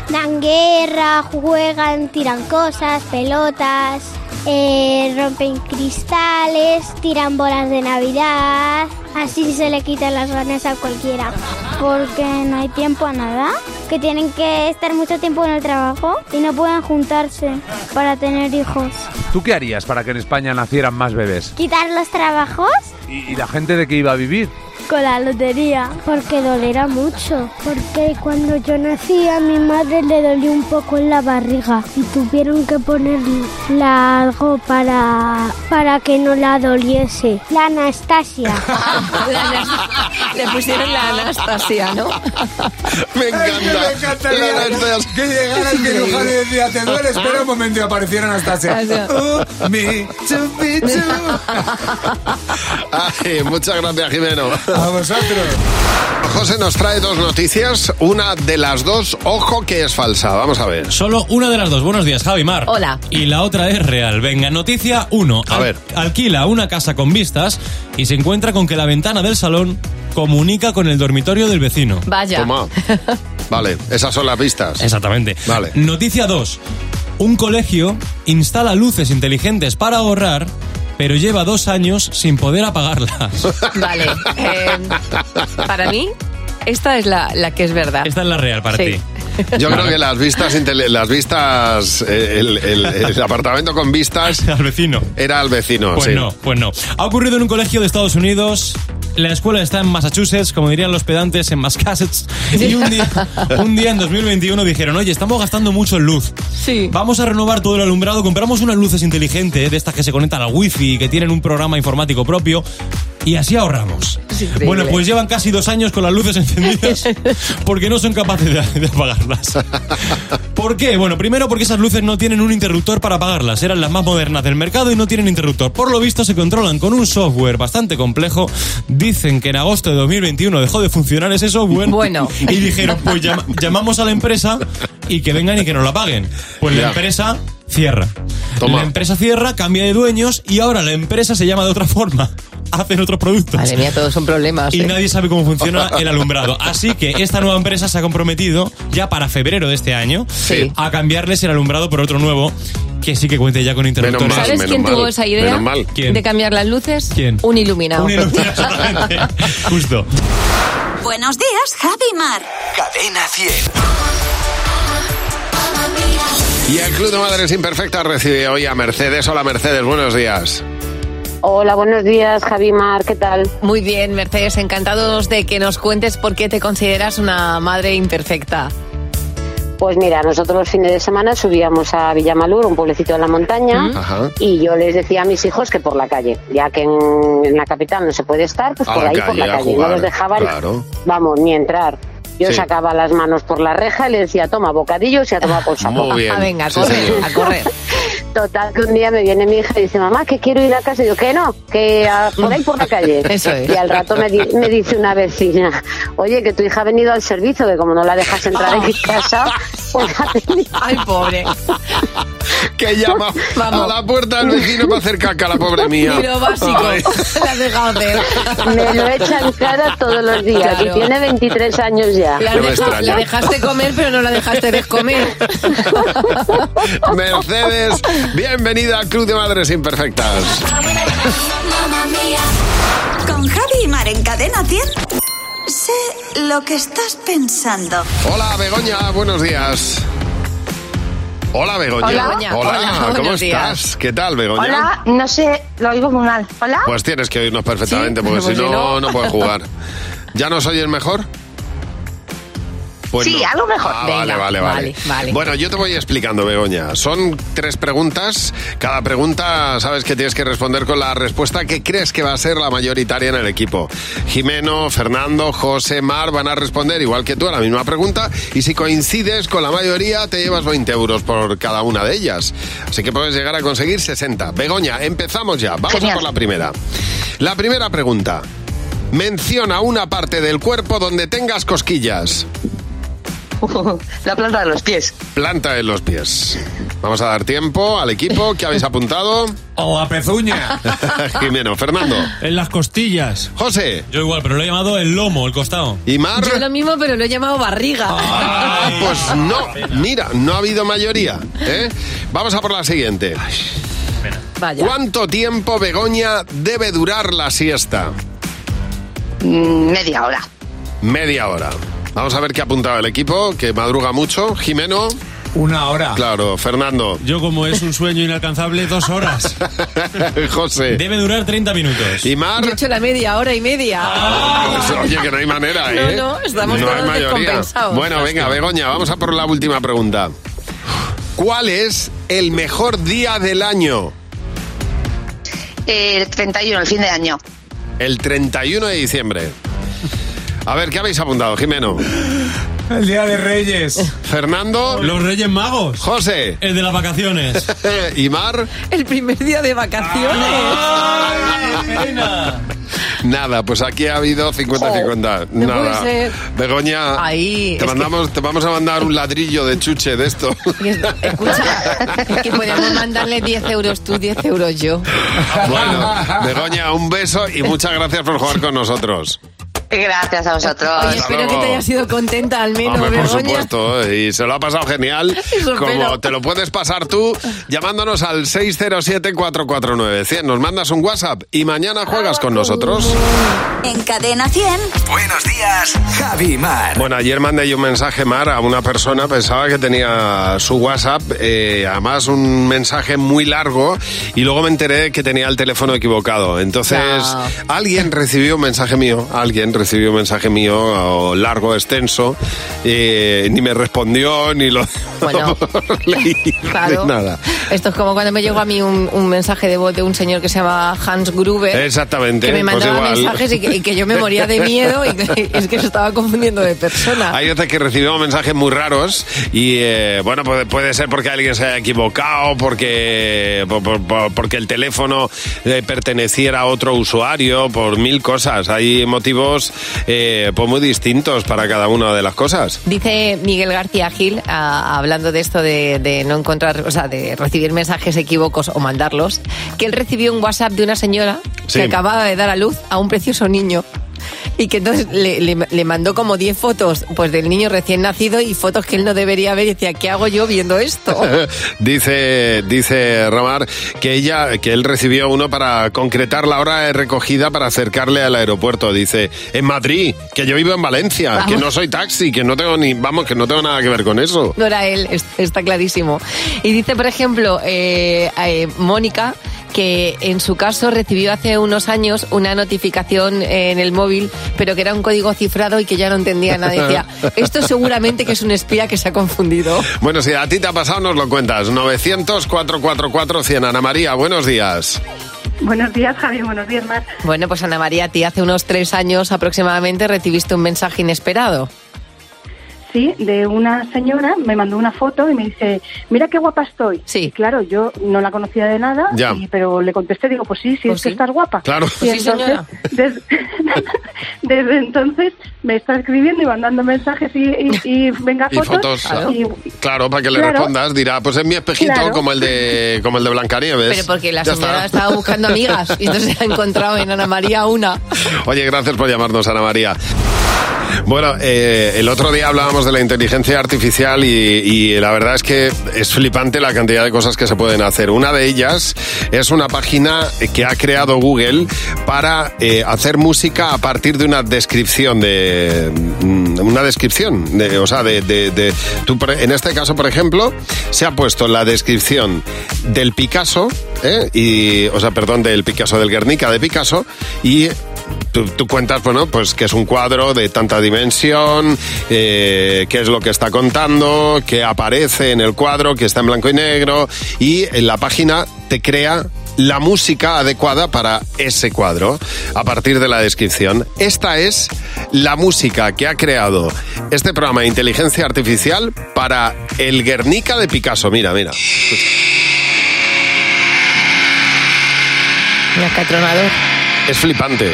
[SPEAKER 16] dan guerra, juegan, tiran cosas, pelotas, eh, rompen cristales, tiran bolas de Navidad. Así se le quitan las ganas a cualquiera. Porque no hay tiempo a nada. Que tienen que estar mucho tiempo en el trabajo y no pueden juntarse para tener hijos.
[SPEAKER 25] ¿Tú qué harías para que en España nacieran más bebés?
[SPEAKER 16] ¿Quitar los trabajos?
[SPEAKER 25] ¿Y, y la gente de qué iba a vivir?
[SPEAKER 27] con la lotería? Porque dolerá mucho.
[SPEAKER 16] Porque cuando yo nací a mi madre le dolió un poco en la barriga y tuvieron que ponerle algo para, para que no la doliese. La Anastasia.
[SPEAKER 4] La Anas- Le pusieron la Anastasia, ¿no?
[SPEAKER 3] Me encanta.
[SPEAKER 25] Me encanta la- que llegara el cirujano y decía, te duele, espera un momento y apareciera Anastasia. Uh, mi chupichu.
[SPEAKER 3] Ay, muchas gracias, Jimeno.
[SPEAKER 25] A vosotros.
[SPEAKER 3] José nos trae dos noticias. Una de las dos, ojo que es falsa. Vamos a ver.
[SPEAKER 11] Solo una de las dos. Buenos días, Javi Mar.
[SPEAKER 4] Hola.
[SPEAKER 11] Y la otra es real. Venga, noticia 1. A ver. Alquila una casa con vistas y se encuentra con que la ventana del salón comunica con el dormitorio del vecino.
[SPEAKER 4] Vaya.
[SPEAKER 3] Toma. Vale, esas son las pistas.
[SPEAKER 11] Exactamente.
[SPEAKER 3] Vale.
[SPEAKER 11] Noticia 2. Un colegio instala luces inteligentes para ahorrar, pero lleva dos años sin poder apagarlas.
[SPEAKER 4] Vale. eh, para mí, esta es la, la que es verdad.
[SPEAKER 11] Esta es la real para
[SPEAKER 4] Sí.
[SPEAKER 11] ti.
[SPEAKER 3] Yo creo que las vistas, intele- las vistas, eh, el, el- el apartamento con vistas.
[SPEAKER 11] Al vecino.
[SPEAKER 3] Era al vecino,
[SPEAKER 11] Pues
[SPEAKER 3] sí.
[SPEAKER 11] no, pues no. Ha ocurrido en un colegio de Estados Unidos. La escuela está en Massachusetts, como dirían los pedantes, en Massachusetts. Y un día, un día en 2021 dijeron, oye, estamos gastando mucho en luz.
[SPEAKER 4] Sí.
[SPEAKER 11] Vamos a renovar todo el alumbrado, compramos unas luces inteligentes, de estas que se conectan al wifi, que tienen un programa informático propio, y así ahorramos.
[SPEAKER 4] increíble.
[SPEAKER 11] Bueno, pues llevan casi dos años con las luces encendidas porque no son capaces de, de apagarlas. ¿Por qué? Bueno, primero porque esas luces no tienen un interruptor para apagarlas. Eran las más modernas del mercado y no tienen interruptor. Por lo visto se controlan con un software bastante complejo. Dicen que en agosto de 2021 dejó de funcionar ese software.
[SPEAKER 4] Bueno.
[SPEAKER 11] Y dijeron, pues llama- llamamos a la empresa y que vengan y que nos la paguen. Pues
[SPEAKER 3] Ya.
[SPEAKER 11] la empresa cierra. La empresa cierra, cambia de dueños y ahora la empresa se llama de otra forma. Hacen otros productos.
[SPEAKER 4] Madre mía, todos son problemas.
[SPEAKER 11] Y
[SPEAKER 4] ¿eh?
[SPEAKER 11] nadie sabe cómo funciona el alumbrado. Así que esta nueva empresa se ha comprometido ya para febrero de este año a cambiarles el alumbrado por otro nuevo que sí que cuente ya con interruptores.
[SPEAKER 4] ¿Sabes quién tuvo esa idea
[SPEAKER 11] ¿Quién?
[SPEAKER 4] de cambiar las luces?
[SPEAKER 11] ¿Quién?
[SPEAKER 4] Un iluminado.
[SPEAKER 11] Un iluminado, solamente. Justo.
[SPEAKER 16] Buenos días, Javi y Mar. Cadena 100.
[SPEAKER 3] Y el Club de Madres Imperfectas recibe hoy a Mercedes. Hola, Mercedes, buenos días.
[SPEAKER 4] Hola, buenos días, Javi Mar, ¿qué tal? Muy bien, Mercedes, encantados de que nos cuentes por qué te consideras una madre imperfecta.
[SPEAKER 26] Pues mira, nosotros los fines de semana subíamos a Villamalur, un pueblecito de la montaña,
[SPEAKER 3] Ajá.
[SPEAKER 26] y yo les decía a mis hijos que por la calle, ya que en, en la capital no se puede estar, pues
[SPEAKER 3] A
[SPEAKER 26] por
[SPEAKER 3] la
[SPEAKER 26] ahí, por
[SPEAKER 3] calle,
[SPEAKER 26] la
[SPEAKER 3] a
[SPEAKER 26] calle.
[SPEAKER 3] jugar,
[SPEAKER 26] no los dejaban,
[SPEAKER 3] claro.
[SPEAKER 26] vamos, ni entrar. Yo
[SPEAKER 3] Sí.
[SPEAKER 26] sacaba las manos por la reja y le decía, toma bocadillos y a tomar por saco.
[SPEAKER 3] Muy
[SPEAKER 4] Ah,
[SPEAKER 3] bien. Sí, señor.
[SPEAKER 26] Total, que un día me viene mi hija y dice, mamá, que quiero ir a casa. Y yo, que no, que a- por ahí por la calle.
[SPEAKER 4] Eso es.
[SPEAKER 26] Y al rato me, di- me dice una vecina, oye, que tu hija ha venido al servicio, que como no la dejas entrar en mi casa, pues ha venido".
[SPEAKER 4] Ay, pobre.
[SPEAKER 3] Que llama a la puerta del vecino para hacer caca, la pobre mía.
[SPEAKER 4] Y lo básico,
[SPEAKER 3] Ay.
[SPEAKER 4] la has dejado hacer.
[SPEAKER 26] Me lo echa en cara todos los días
[SPEAKER 4] Claro.
[SPEAKER 26] y tiene 23 años ya.
[SPEAKER 4] La,
[SPEAKER 3] No me
[SPEAKER 4] deja-
[SPEAKER 3] extraña.
[SPEAKER 4] la dejaste comer, pero no la dejaste descomer.
[SPEAKER 3] Mercedes, bienvenida al Club de Madres Imperfectas.
[SPEAKER 16] Mamma mía. Con Javi y Mar en Cadena 100. Sé lo que estás pensando.
[SPEAKER 3] Hola, Begoña, buenos días. Hola, Begoña.
[SPEAKER 15] Hola. Begoña. Hola,
[SPEAKER 3] ¿cómo
[SPEAKER 15] buenos días.
[SPEAKER 3] estás? ¿Qué tal, Begoña?
[SPEAKER 15] Hola, no sé, lo oigo muy mal. Hola.
[SPEAKER 3] Pues tienes que oírnos perfectamente,
[SPEAKER 15] Sí,
[SPEAKER 3] porque si
[SPEAKER 15] pues si
[SPEAKER 3] no,
[SPEAKER 15] no.
[SPEAKER 3] no puedes jugar. ¿Ya nos oyes mejor? Pues
[SPEAKER 15] Sí,
[SPEAKER 3] no.
[SPEAKER 15] algo mejor.
[SPEAKER 3] Ah, vale,
[SPEAKER 15] Venga,
[SPEAKER 3] vale, vale,
[SPEAKER 15] vale, vale.
[SPEAKER 3] Bueno, yo te voy explicando, Begoña. Son tres preguntas. Cada pregunta sabes que tienes que responder con la respuesta que crees que va a ser la mayoritaria en el equipo. Jimeno, Fernando, José, Mar van a responder igual que tú a la misma pregunta. Y si coincides con la mayoría, te llevas 20 euros por cada una de ellas. Así que puedes llegar a conseguir 60. Begoña, empezamos ya. Vamos a
[SPEAKER 15] Genial.
[SPEAKER 3] por la primera. La primera pregunta. Menciona una parte del cuerpo donde tengas cosquillas.
[SPEAKER 15] La planta de los pies.
[SPEAKER 3] Planta de los pies. Vamos a dar tiempo al equipo que habéis apuntado.
[SPEAKER 25] O a pezuña.
[SPEAKER 3] Jimeno, Fernando.
[SPEAKER 11] En las costillas.
[SPEAKER 3] José.
[SPEAKER 11] Yo igual, pero lo he llamado el lomo, el costado.
[SPEAKER 3] ¿Y Mar?
[SPEAKER 4] Yo lo mismo, pero lo he llamado barriga.
[SPEAKER 3] Ah, pues no, mira, no ha habido mayoría. ¿eh? Vamos a por la siguiente.
[SPEAKER 4] Vaya.
[SPEAKER 3] ¿Cuánto tiempo Begoña debe durar la siesta?
[SPEAKER 1] Mm,
[SPEAKER 15] Media hora.
[SPEAKER 3] Media hora. Vamos a ver qué ha apuntado el equipo, que madruga mucho. Jimeno.
[SPEAKER 25] Una hora.
[SPEAKER 3] Claro, Fernando.
[SPEAKER 5] Yo como es un sueño inalcanzable, dos horas.
[SPEAKER 3] Eh, José.
[SPEAKER 5] Debe durar 30 minutos.
[SPEAKER 3] ¿Y Mar?
[SPEAKER 4] Yo he hecho la media, hora y media.
[SPEAKER 3] Pues, oye, que no hay manera,
[SPEAKER 4] No,
[SPEAKER 3] ¿eh?
[SPEAKER 4] no, estamos
[SPEAKER 3] No hay
[SPEAKER 4] todos
[SPEAKER 3] mayoría.
[SPEAKER 4] descompensados.
[SPEAKER 3] Bueno, venga, Begoña, vamos a por la última pregunta. ¿Cuál es el mejor día del año?
[SPEAKER 1] El 31, el fin de año.
[SPEAKER 3] El 31 de diciembre. A ver, ¿qué habéis apuntado, Jimeno?
[SPEAKER 25] El Día de Reyes.
[SPEAKER 3] Fernando.
[SPEAKER 5] Los Reyes Magos.
[SPEAKER 3] José.
[SPEAKER 5] El de las vacaciones.
[SPEAKER 3] ¿Y Mar?
[SPEAKER 4] El primer día de vacaciones.
[SPEAKER 3] Nada, pues aquí ha habido 50-50.
[SPEAKER 4] no
[SPEAKER 3] Nada.
[SPEAKER 4] puede ser.
[SPEAKER 3] Begoña,
[SPEAKER 4] Ahí,
[SPEAKER 3] te,
[SPEAKER 4] es
[SPEAKER 3] mandamos, te vamos a mandar un ladrillo de chuche de esto.
[SPEAKER 4] Que podemos mandarle 10 euros tú, 10 euros yo.
[SPEAKER 3] Bueno, Begoña, un beso y muchas gracias por jugar con nosotros.
[SPEAKER 1] Gracias a vosotros.
[SPEAKER 4] Oye, espero que te hayas sido contenta al menos,
[SPEAKER 3] Hombre, por
[SPEAKER 4] Begoña.
[SPEAKER 3] supuesto, ¿eh? y se lo ha pasado genial.
[SPEAKER 4] Eso
[SPEAKER 3] Como
[SPEAKER 4] espero.
[SPEAKER 3] te lo puedes pasar tú llamándonos al 607-449-100. Nos mandas un WhatsApp y mañana juegas con nosotros.
[SPEAKER 9] En Cadena 100.
[SPEAKER 2] Buenos días, Javi Mar.
[SPEAKER 3] Bueno, ayer mandé yo un mensaje, Mar, a una persona, pensaba que tenía su WhatsApp, eh, además un mensaje muy largo, y luego me enteré que tenía el teléfono equivocado. Entonces,
[SPEAKER 2] No.
[SPEAKER 3] alguien recibió un mensaje mío, alguien recibió un mensaje mío o largo, extenso, eh, ni me respondió, ni lo
[SPEAKER 4] Bueno,
[SPEAKER 3] leí,
[SPEAKER 4] claro.
[SPEAKER 3] ni nada.
[SPEAKER 4] Esto es como cuando me llegó a mí un, un mensaje de voz de un señor que se llama Hans Gruber.
[SPEAKER 3] Exactamente,
[SPEAKER 4] Que me
[SPEAKER 3] pues
[SPEAKER 4] mandaba
[SPEAKER 3] igual.
[SPEAKER 4] mensajes y que, y que yo me moría de miedo y que- es que se estaba confundiendo de persona.
[SPEAKER 3] Hay veces que recibimos mensajes muy raros y eh, bueno, puede, puede ser porque alguien se haya equivocado, porque, por- por- por- porque el teléfono eh, perteneciera a otro usuario, por mil cosas. Hay motivos eh, pues muy distintos para cada una de las cosas.
[SPEAKER 4] Dice Miguel García Gil, a- hablando de esto de, de no encontrar, o sea, de recibir mensajes equívocos o mandarlos, que él recibió un WhatsApp de una señora
[SPEAKER 3] Sí.
[SPEAKER 4] que acababa de dar a luz a un precioso niño. Y que entonces le, le- le mandó como 10 fotos pues del niño recién nacido y fotos que él no debería ver. Y decía, ¿qué hago yo viendo esto?
[SPEAKER 3] dice dice Romar que ella que él recibió uno para concretar la hora de recogida para acercarle al aeropuerto dice en Madrid que yo vivo en Valencia que no soy taxi que no tengo ni vamos que no tengo nada que ver con eso
[SPEAKER 4] No era él, es- está clarísimo. Y dice, por ejemplo, eh, eh, Mónica, que en su caso recibió hace unos años una notificación eh, en el móvil, pero que era un código cifrado y que ya no entendía nada. Decía, esto seguramente que es un espía que se ha confundido.
[SPEAKER 3] Bueno, si a ti te ha pasado, nos lo cuentas. 900-444-100. Ana María, buenos días.
[SPEAKER 4] Buenos días, Javier. Buenos días, Mar. Bueno, pues Ana María, a ti hace unos tres años aproximadamente recibiste un mensaje inesperado.
[SPEAKER 13] Sí, de una señora me mandó una foto y me dice, mira qué guapa estoy.
[SPEAKER 4] Sí.
[SPEAKER 13] claro, yo no la conocía de nada,
[SPEAKER 3] Ya.
[SPEAKER 13] y- pero le contesté, digo, pues sí, sí,
[SPEAKER 3] Pues
[SPEAKER 13] es que
[SPEAKER 3] sí.
[SPEAKER 13] estás guapa.
[SPEAKER 3] Claro.
[SPEAKER 13] Y
[SPEAKER 3] Pues sí, señora.
[SPEAKER 13] Desde, desde entonces me está escribiendo y mandando mensajes y, y- y venga
[SPEAKER 3] Y fotos.
[SPEAKER 13] fotos. y-
[SPEAKER 3] Claro, para que le
[SPEAKER 13] Claro.
[SPEAKER 3] respondas, dirá, pues es mi espejito
[SPEAKER 13] Claro.
[SPEAKER 3] como el de como el de Blancanieves.
[SPEAKER 4] Pero porque la
[SPEAKER 3] Ya
[SPEAKER 4] señora
[SPEAKER 3] está.
[SPEAKER 4] estaba buscando amigas y entonces ha encontrado en Ana María una.
[SPEAKER 3] Oye, gracias por llamarnos, Ana María. Bueno, eh, el otro día hablábamos de la inteligencia artificial y, y la verdad es que es flipante la cantidad de cosas que se pueden hacer. Una de ellas es una página que ha creado Google para eh, hacer música a partir de una descripción de mm, una descripción, de- o sea, de, de- de- tú, por- en este caso, por ejemplo, se ha puesto la descripción del Picasso, ¿eh? y, o sea, perdón, del Picasso del Guernica de Picasso y Tú, tú cuentas, bueno, pues que es un cuadro de tanta dimensión, eh, qué es lo que está contando, qué aparece en el cuadro, que está en blanco y negro, y en la página te crea la música adecuada para ese cuadro a partir de la descripción. Esta es la música que ha creado este programa de inteligencia artificial para el Guernica de Picasso. Mira, mira.
[SPEAKER 4] Un acatronador.
[SPEAKER 3] Es flipante.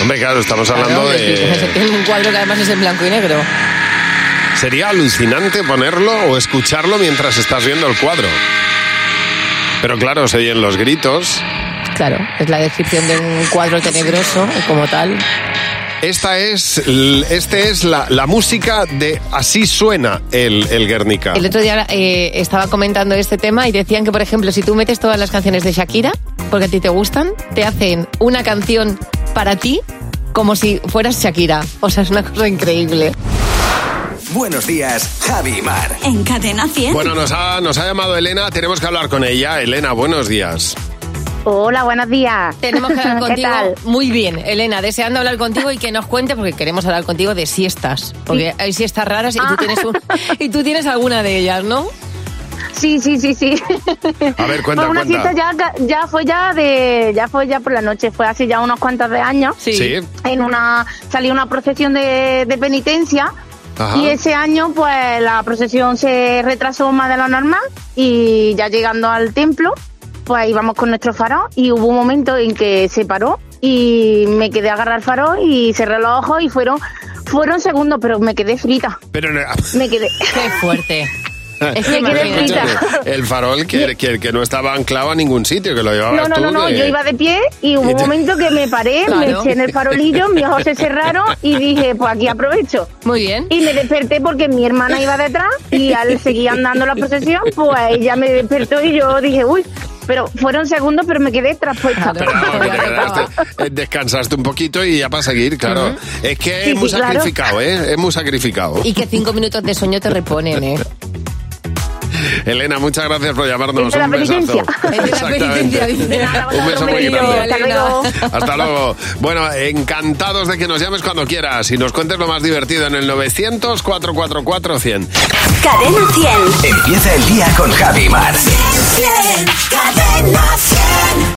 [SPEAKER 3] Hombre, claro, estamos hablando
[SPEAKER 4] Claro,
[SPEAKER 3] de...
[SPEAKER 4] es- es un cuadro que además es en blanco y negro.
[SPEAKER 3] Sería alucinante ponerlo o escucharlo mientras estás viendo el cuadro. Pero claro, se oyen los gritos.
[SPEAKER 4] Claro, es la descripción de un cuadro tenebroso y como tal.
[SPEAKER 3] Esta es, l- este es la, la música de Así suena el, el Guernica.
[SPEAKER 4] El otro día eh, estaba comentando este tema y decían que, por ejemplo, si tú metes todas las canciones de Shakira, porque a ti te gustan, te hacen una canción para ti como si fueras Shakira. O sea, es una cosa increíble.
[SPEAKER 16] Buenos días, Javi y Mar.
[SPEAKER 28] En Cadena 100.
[SPEAKER 3] Bueno, nos ha, nos ha llamado Elena, tenemos que hablar con ella. Elena, buenos días.
[SPEAKER 4] Hola, buenos días. Tenemos que hablar
[SPEAKER 26] ¿Qué
[SPEAKER 4] contigo.
[SPEAKER 26] tal?
[SPEAKER 4] Muy bien, Elena, deseando hablar contigo y que nos cuentes porque queremos hablar contigo de siestas. Porque hay siestas raras y,
[SPEAKER 26] Ah.
[SPEAKER 4] tú, tienes un- y tú tienes alguna de ellas, ¿no?
[SPEAKER 26] Sí, sí, sí, sí.
[SPEAKER 3] A ver, cuenta,
[SPEAKER 26] Pues una
[SPEAKER 3] cuenta.
[SPEAKER 26] cita ya, ca- ya fue ya de, ya fue ya por la noche, fue hace ya unos cuantos de años.
[SPEAKER 3] Sí. Sí.
[SPEAKER 26] En una, salió una procesión de, de penitencia.
[SPEAKER 3] Ajá.
[SPEAKER 26] Y ese año, pues la procesión se retrasó más de lo normal y ya llegando al templo, pues íbamos con nuestro farol y hubo un momento en que se paró y me quedé a agarrar el farol y cerré los ojos y fueron, fueron segundos, pero me quedé frita.
[SPEAKER 3] Pero no-
[SPEAKER 26] Me quedé.
[SPEAKER 4] Qué fuerte.
[SPEAKER 26] Es que me quedé frita.
[SPEAKER 3] Escúchame, el farol que, que, que no estaba anclado a ningún sitio, que lo llevabas
[SPEAKER 26] No, no,
[SPEAKER 3] tú.
[SPEAKER 26] no, no,
[SPEAKER 3] de-
[SPEAKER 26] yo iba de pie y hubo
[SPEAKER 3] Y
[SPEAKER 26] un
[SPEAKER 3] te-
[SPEAKER 26] momento que me paré, me
[SPEAKER 3] Claro.
[SPEAKER 26] eché en el farolillo, mis ojos se cerraron y dije, pues aquí aprovecho.
[SPEAKER 4] Muy bien.
[SPEAKER 26] Y me desperté porque mi hermana iba detrás y al seguir andando la procesión, pues ella me despertó y yo dije, uy, pero fueron segundos, pero me quedé traspuesta.
[SPEAKER 3] Pero vamos, que te quedaste- eh, descansaste un poquito y ya para seguir, claro. Es que
[SPEAKER 4] Sí,
[SPEAKER 3] es muy
[SPEAKER 4] sí, claro.
[SPEAKER 3] sacrificado, ¿eh? Es muy sacrificado.
[SPEAKER 4] Y que cinco minutos de sueño te reponen, ¿eh?
[SPEAKER 3] Elena, muchas gracias por
[SPEAKER 4] Es
[SPEAKER 3] llamarnos.
[SPEAKER 4] de la
[SPEAKER 3] Pues un besazo.
[SPEAKER 4] penitencia. Es de la
[SPEAKER 3] Exactamente.
[SPEAKER 4] penitencia, dice.
[SPEAKER 3] Un beso muy
[SPEAKER 4] Hombre,
[SPEAKER 3] grande.
[SPEAKER 4] Hasta luego.
[SPEAKER 3] Hasta luego. Bueno, encantados de que nos llames cuando quieras y nos cuentes lo más divertido en el 900 444 100.
[SPEAKER 28] Cadena 100.
[SPEAKER 16] Empieza el día con Javi y Mar.
[SPEAKER 28] Cadena 100.